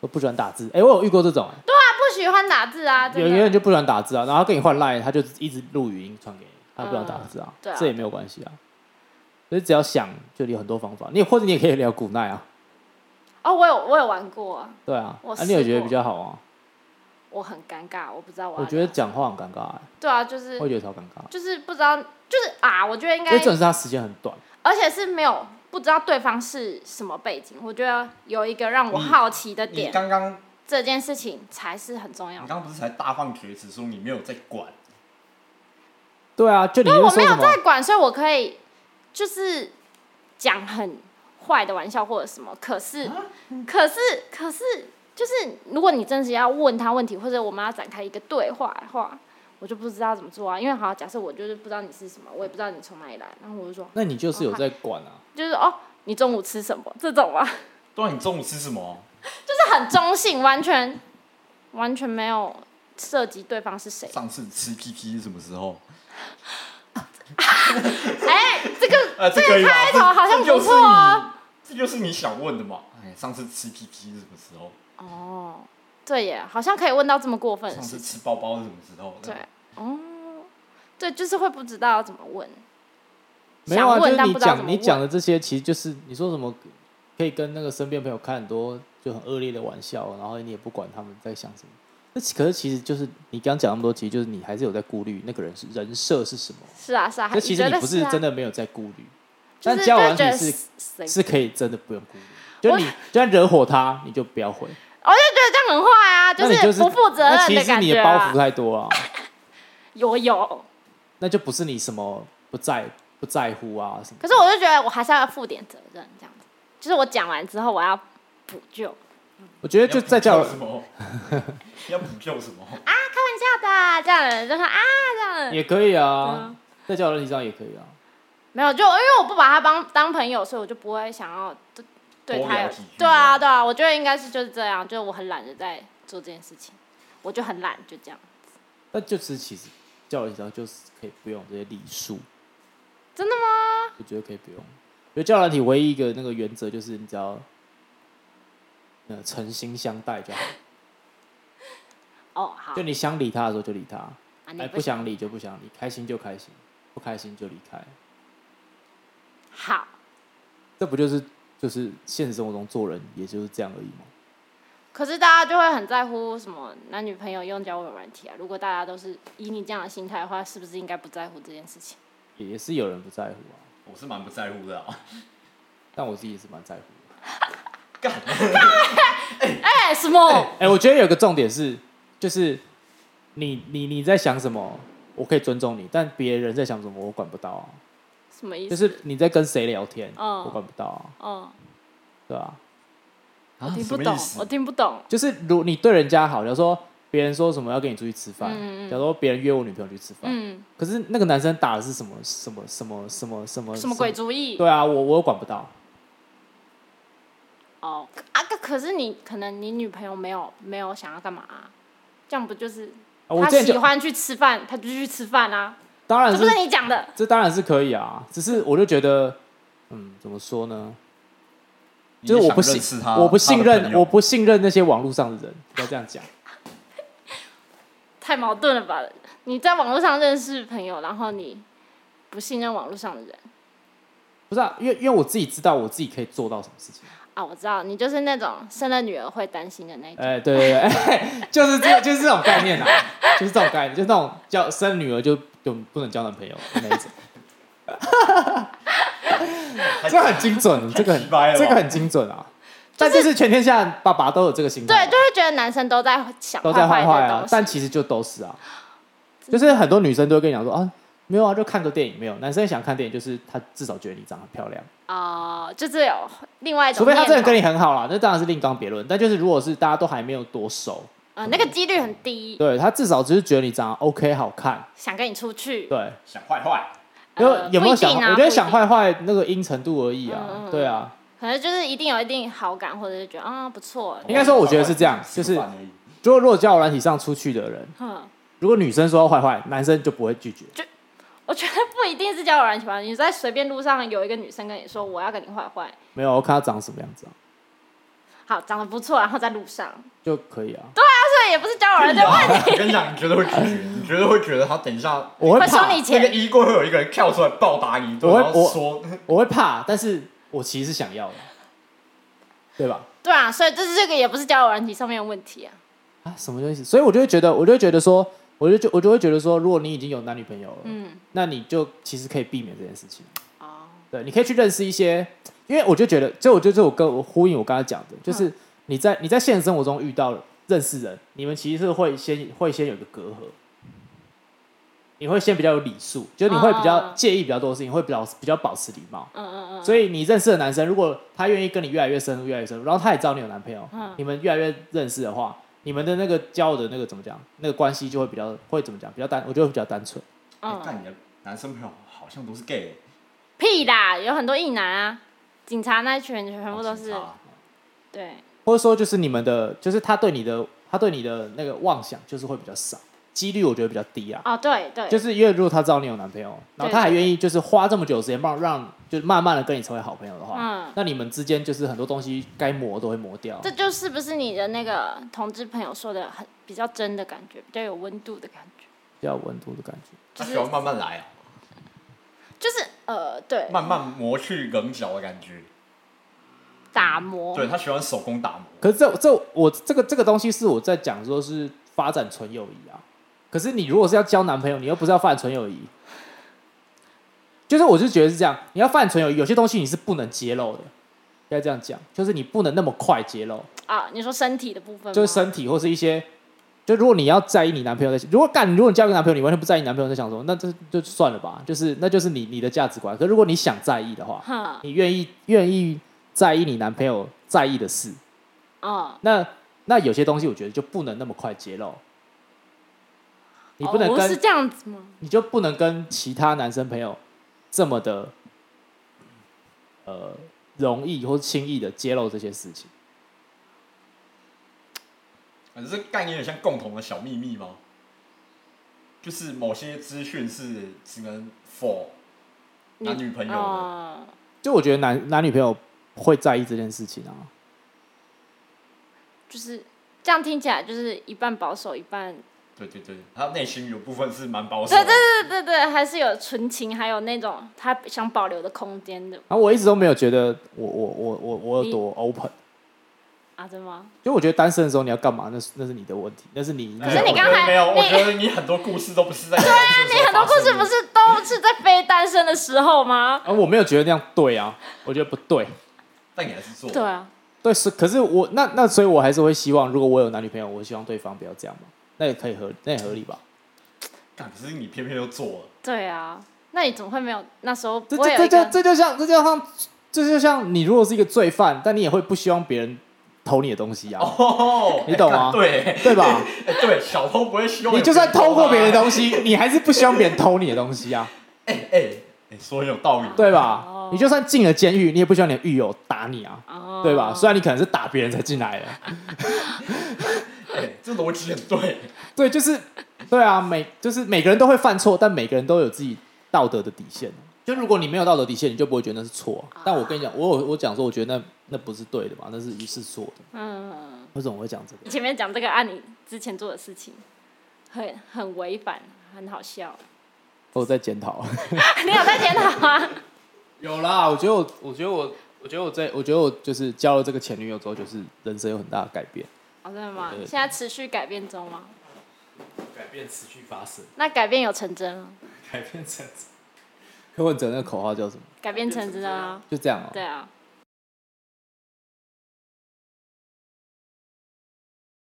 A: 我不喜欢打字，哎、我有遇过这种、
B: 他不喜欢打字啊，真
A: 有
B: 的
A: 有人就不喜欢打字啊，然后跟你换 line，他就一直录语音传给你，他不喜欢打字啊，
B: 对啊
A: 这也没有关系啊。所以只要想，就有很多方法。你或者你也可以聊古奈啊，
B: 哦，我有我有玩过、啊，
A: 对啊，
B: 我
A: 啊，
B: 试
A: 你有觉得
B: 过
A: 比较好啊？
B: 我很尴尬，我不知道我要
A: 我觉得
B: 聊
A: 讲话很尴尬、欸，
B: 对啊，就是
A: 我也觉得超尴尬，
B: 就是不知道，就是啊，我觉得应
A: 因
B: 该
A: 为，重点是他时间很短，
B: 而且是没有不知道对方是什么背景，我觉得有一个
A: 嗯
B: 让我好奇的
C: 你
B: 点，
C: 刚刚你
B: 这件事情才是很重要
C: 刚
B: 的。
C: 刚不是才大放厥词说你没有在管，
A: 对啊，就你
B: 因为
A: 又
B: 我
A: 说
B: 没
A: 什
B: 有
A: 么
B: 在管，所以我可以就是讲很坏的玩笑或者什么，可是
A: 啊
B: 可是可是就是如果你真是要问他问题，或者我们要展开一个对话的话。我就不知道怎么做啊，因为好，假设我就是不知道你是什么，我也不知道你从哪里来，然后我就说，
A: 那你
B: 哦
A: 就是有在管啊。
B: 就是哦，你中午吃什么这 种啊，
C: 对啊，你中午吃什么？
B: 就是很中性，完全完全没有涉及对方是谁。
C: 上次吃 PP 是什么时候？
B: 哎、这个
C: 呃，这可以吗
B: 开头好像
C: 这就
B: 不
C: 是
B: 错哦
C: 你，这就是你想问的嘛？哎，上次吃 PP 是什么时候？
B: 哦，对耶，好像可以问到这么过分的
C: 上
B: 事
C: 次
B: 情。
C: 吃包包是什么时
A: 嗯
C: 候？
B: 对，哦，对，就是会不知道怎么问。
A: 没有啊，
B: 想
A: 就
B: 问
A: 是
B: 但
A: 你
B: 不知道怎
A: 讲
B: 么
A: 你
B: 问
A: 讲的这些，其实就是你说什么可以跟那个身边朋友开很多就很恶劣的玩笑，然后你也不管他们在想什么。那其可是其实就是你刚讲那么多，其实就是你还是有在顾虑那个人是人设是什么。
B: 是啊是啊，
A: 那其实
B: 你觉
A: 你
B: 得
A: 不是
B: 啊
A: 真，的没有在顾虑，
B: 就
A: 但
B: 是
A: 交友
B: 就
A: 软
B: 觉得
A: 体是
B: 谁
A: 是可以真的不用顾虑。就你就算惹火他，你就不要回，
B: 我就觉得这样很坏啊，
A: 那你就是
B: 不负责
A: 那
B: 任
A: 其实
B: 感
A: 你
B: 觉
A: 的包袱
B: 啊。
A: 太多了，
B: 有有，
A: 那就不是你什么不在不在乎啊什么。
B: 可是我就觉得我还是要负点责任，这样子。就是我讲完之后，我要补救。
A: 我觉得就在交友
C: 叫什么？ 你要补救什么？
B: 这样的这样的人就说啊，这样的 人
A: 也可以啊
B: 嗯，
A: 在交友软体上也可以啊。
B: 没有，就因为我不把他当当朋友，所以我就不会想要对对
C: 多
B: 他
C: 聊
B: 有
C: 几句
B: 对啊对啊，我觉得应该是就是这样，就是我很懒得在做这件事情，我就很懒，就这样，
A: 那就是其实教人上就是可以不用这些礼数，
B: 真的吗？
A: 我觉得可以不用。因为教软体唯一一个那个原则就是你只要呃诚心相待就好，
B: 哦好
A: 就，你想理他的时候就理他，
B: 啊你
A: 哎不想理就不想理，开心就开心，不开心就离开。
B: 好，
A: 这不就是就是现实生活中做人也就是这样而已吗？
B: 可是大家就会很在乎什么男女朋友用交友软体啊，如果大家都是以你这样的心态的话，是不是应该不在乎这件事情？
A: 也也是有人不在乎啊，
C: 我是蛮不在乎的啊。
A: 但我自己也是蛮在乎的。
C: 干，
B: 哎、什么？
A: 哎、我觉得有个重点是，就是你你你在想什么，我可以尊重你，但别人在想什么，我管不到啊。
B: 什么意思？
A: 就是你在跟谁聊天，
B: 嗯
A: 我管不到啊，
B: 嗯，
A: 对啊，
C: 我
B: 听不懂，我听不懂。
A: 就是如你对人家好，假如说别人说什么要跟你出去吃饭，
B: 嗯嗯
A: 假如说别人约我女朋友去吃饭，
B: 嗯，
A: 可是那个男生打的是什么什么什么什么什么
B: 什么鬼主意？
A: 哦对啊，我我又管不到，啊
B: 哦，啊，可可是你可能你女朋友没有没有想要干嘛、啊，这样不就是
A: 啊我
B: 她
A: 之前
B: 喜
A: 就
B: 欢去吃饭，她就去吃饭啊，
A: 当然
B: 这
A: 是
B: 不是你讲的，
A: 这当然是可以啊，只是我就觉得，嗯，怎么说呢？
C: 你
A: 就是我
C: 想
A: 不
C: 认识
A: 信，
C: 他
A: 我不信
C: 他的
A: 任，
C: 朋友
A: 我不信任那些网络上的人，不要这样讲。
B: 太矛盾了吧？你在网络上认识朋友，然后你不信任网络上的人
A: 不是啊，因为因为我自己知道我自己可以做到什么事情，
B: 啊，我知道你就是那种生了女儿会担心的那种。
A: 哎、对对对， 哎就是这，就是这种概念啊，就是这种概念，就是那种叫生女儿就就不能交男朋友的那一种，
C: 太
A: 这个很精准，这个很
C: 鸡掰了吧
A: 这个很精准啊。但就是全天下爸爸都有这个心
B: 对，
A: 态，啊
B: 就会觉得男生都在想
A: 嗯都在
B: 坏
A: 坏
B: 的
A: 啊
B: 东，西。
A: 但其实就都是啊，就是很多女生都会跟你讲说啊，没有啊，就看个电影，没有。男生想看电影，就是他至少觉得你长得很漂亮，
B: 哦、就是有另外一种
A: 除
B: 念
A: 非
B: 头，
A: 他真的跟你很好啦，那当然是另当别论。但就是如果是大家都还没有多熟，
B: 呃，那个几率很低，
A: 对他至少只是觉得你长得 OK 好看，
B: 想跟你出去。
A: 对，
C: 想坏坏，
A: 因为
B: 呃
A: 有没
B: 不
A: 有
B: 一定
A: 想，我
B: 啊
A: 觉
B: 不
A: 得
B: 一
A: 想
B: 定
A: 坏坏那个阴程度而已啊，
B: 嗯嗯嗯
A: 对啊，
B: 可能就是一定有一定好感，或者是觉得啊、不错，
A: 应该说我觉得是这样就
C: 吃
A: 是
C: 个饭而已
A: 如果如果交友软体上出去的人，
B: 哼，
A: 如果女生说坏坏，男生就不会拒绝。
B: 我觉得不一定是交友软体吧，你在随便路上有一个女生跟你说我要跟你坏坏，
A: 没有，我看他长什么样子、啊、
B: 好长得不错，然后在路上，
A: 就可以啊。
B: 这也不是交友软体，
C: 我跟你讲，你绝对会拒绝，你绝对会觉得他等一下
A: 我会
B: 会收
A: 怕
B: 你，
C: 那个
B: 钱，
C: 衣柜会有一个人跳出来暴打你一顿，
A: 我会
C: 然后说
B: 嗯
A: 我会怕，但是我其实是想要的，对吧？
B: 对啊，所以这是这个也不是交友软体上面的问题啊，
A: 啊，什么东西？所以我就会觉得，我就会觉得说，我就就我就会觉得说，如果你已经有男女朋友了，
B: 嗯，
A: 那你就其实可以避免这件事情。
B: 哦，
A: 对，你可以去认识一些，因为我就觉得，就我就是我跟我呼应我刚才讲的，
B: 嗯
A: 就是你在你在现实生活中遇到认识人，你们其实是会先会先有一个隔阂，你会先比较有礼数，就是你会比较
B: 嗯
A: 介意比较多的事情，会比较比较保持礼貌。
B: 嗯嗯嗯，
A: 所以你认识的男生，如果他愿意跟你越来越深入、越来越深入，然后他也知道你有男朋友，
B: 嗯
A: 你们越来越认识的话，你们的那个交友的那个怎么讲，那个关系就会比较会怎么讲，比较单，我觉得会比较单纯。
C: 哎
B: 嗯，
C: 但你的男生朋友好像都是 gay，
B: 屁啦，有很多异男啊，警察那一群全部都是
A: 哦
C: 警，察
B: 对，
A: 或者说就是你们的，就是他对你的，他对你的那个妄想就是会比较少，几率我觉得比较低啊。
B: 哦对对，
A: 就是因为如果他知道你有男朋友，然后他还愿意就是花这么久的时间帮让，就是慢慢的跟你成为好朋友的话，
B: 嗯
A: 那你们之间就是很多东西该磨都会磨掉
B: 这。就是不是你的那个同志朋友说的很比较真的感觉，比较有温度的感觉，
A: 比较有温度的感觉，
C: 他喜欢慢慢来啊，
B: 就是呃对，
C: 慢慢磨去棱角的感觉。
B: 打磨，
C: 对他喜欢手工打磨，
A: 可是这这我这个这个东西是我在讲说是发展纯友谊啊。可是你如果是要交男朋友，你又不是要发展纯友谊，就是我就觉得是这样，你要发展纯友谊，有些东西你是不能揭露的，要这样讲，就是你不能那么快揭露。
B: 啊，你说身体的部分吗，
A: 就是身体或是一些，就如果你要在意你男朋友在想，如果干，如果你交一个男朋友，你完全不在意你男朋友在想什么，那这就算了吧，就是那就是你你的价值观。可如果你想在意的话，
B: 哼，
A: 你愿意愿意在意你男朋友在意的事，
B: 嗯，
A: 那那有些东西我觉得就不能那么快揭露，你不能
B: 哦
A: 跟、
B: 是这样子吗？
A: 你就不能跟其他男生朋友这么的，呃，容易或轻易的揭露这些事情。
C: 反正这个概念有点像共同的小秘密吗？就是某些资讯是只能否男女朋友的，
B: 嗯，
A: 就我觉得男男女朋友会在意这件事情啊。
B: 就是这样听起来就是一半保守一半，
A: 嗯
C: 对对对，他内心有部分是蛮保守
B: 对
C: 的
B: 对。对对对，还是有纯情，还有那种他想保留的空间的
A: 啊然后我一直都没有觉得我我我我我有
B: 你
A: 多 open，
B: 啊，真的吗？
A: 就我觉得单身的时候你要干嘛，那是那是你的问题，那是你。
C: 可
B: 是你刚才
C: 没有，
B: 你
C: 我觉得你很多故事都不是在对啊，
B: 你很多故事不是都是在非单身的时候吗？
A: 而啊我没有觉得那样对啊，我觉得不对，
C: 但你还是做，
B: 对啊，
A: 对是，可是我那那所以我还是会希望，如果我有男女朋友，我希望对方不要这样嘛，那也可以合，那也合理吧？
C: 干可是你偏偏又做了，
B: 对啊，那你怎么会没有那时候
A: 这
B: 不会有
A: 这这
B: 一
A: 就
B: 个？
A: 这就像这就像这就像你如果是一个罪犯，但你也会不希望别人偷你的东西啊，
C: 哦，
A: 你懂吗
C: 哎干对
A: 对吧？
C: 哎对，小偷不会希望有
A: 你就算偷过别人的
C: 啊
A: 东西，你还是不希望别人偷你的东西啊，
C: 哎哎哎，说得有道理，
A: 对吧
B: 哦？
A: 你就算进了监狱，你也不希望你的狱友打你啊。
B: 哦
A: 对吧？虽然你可能是打别人才进来的，
C: 哎，这逻辑很对，
A: 对，就是对啊，每就是每个人都会犯错，但每个人都有自己道德的底线。就如果你没有道德底线，你就不会觉得那是错啊、但我跟你讲，我有我讲说，我觉得那那不是对的嘛，那是一是错的。
B: 嗯，
A: 为什么我会讲这个？
B: 你前面讲这个按你之前做的事情，很很违反，很好笑。
A: 我在检讨。
B: 你有在检讨吗？
A: 有啦，我觉得我我觉得我我觉得我在，我觉得我就是交了这个前女友之后，就是人生有很大的改变，
B: 哦，真的吗？
A: 对对对
B: 现在持续改变中吗？
A: 改变持续发生，
B: 那改变有成真吗？
A: 改变成。柯文哲那个口号叫什么？
B: 改变成真啊，
A: 就这样哦、
B: 对啊，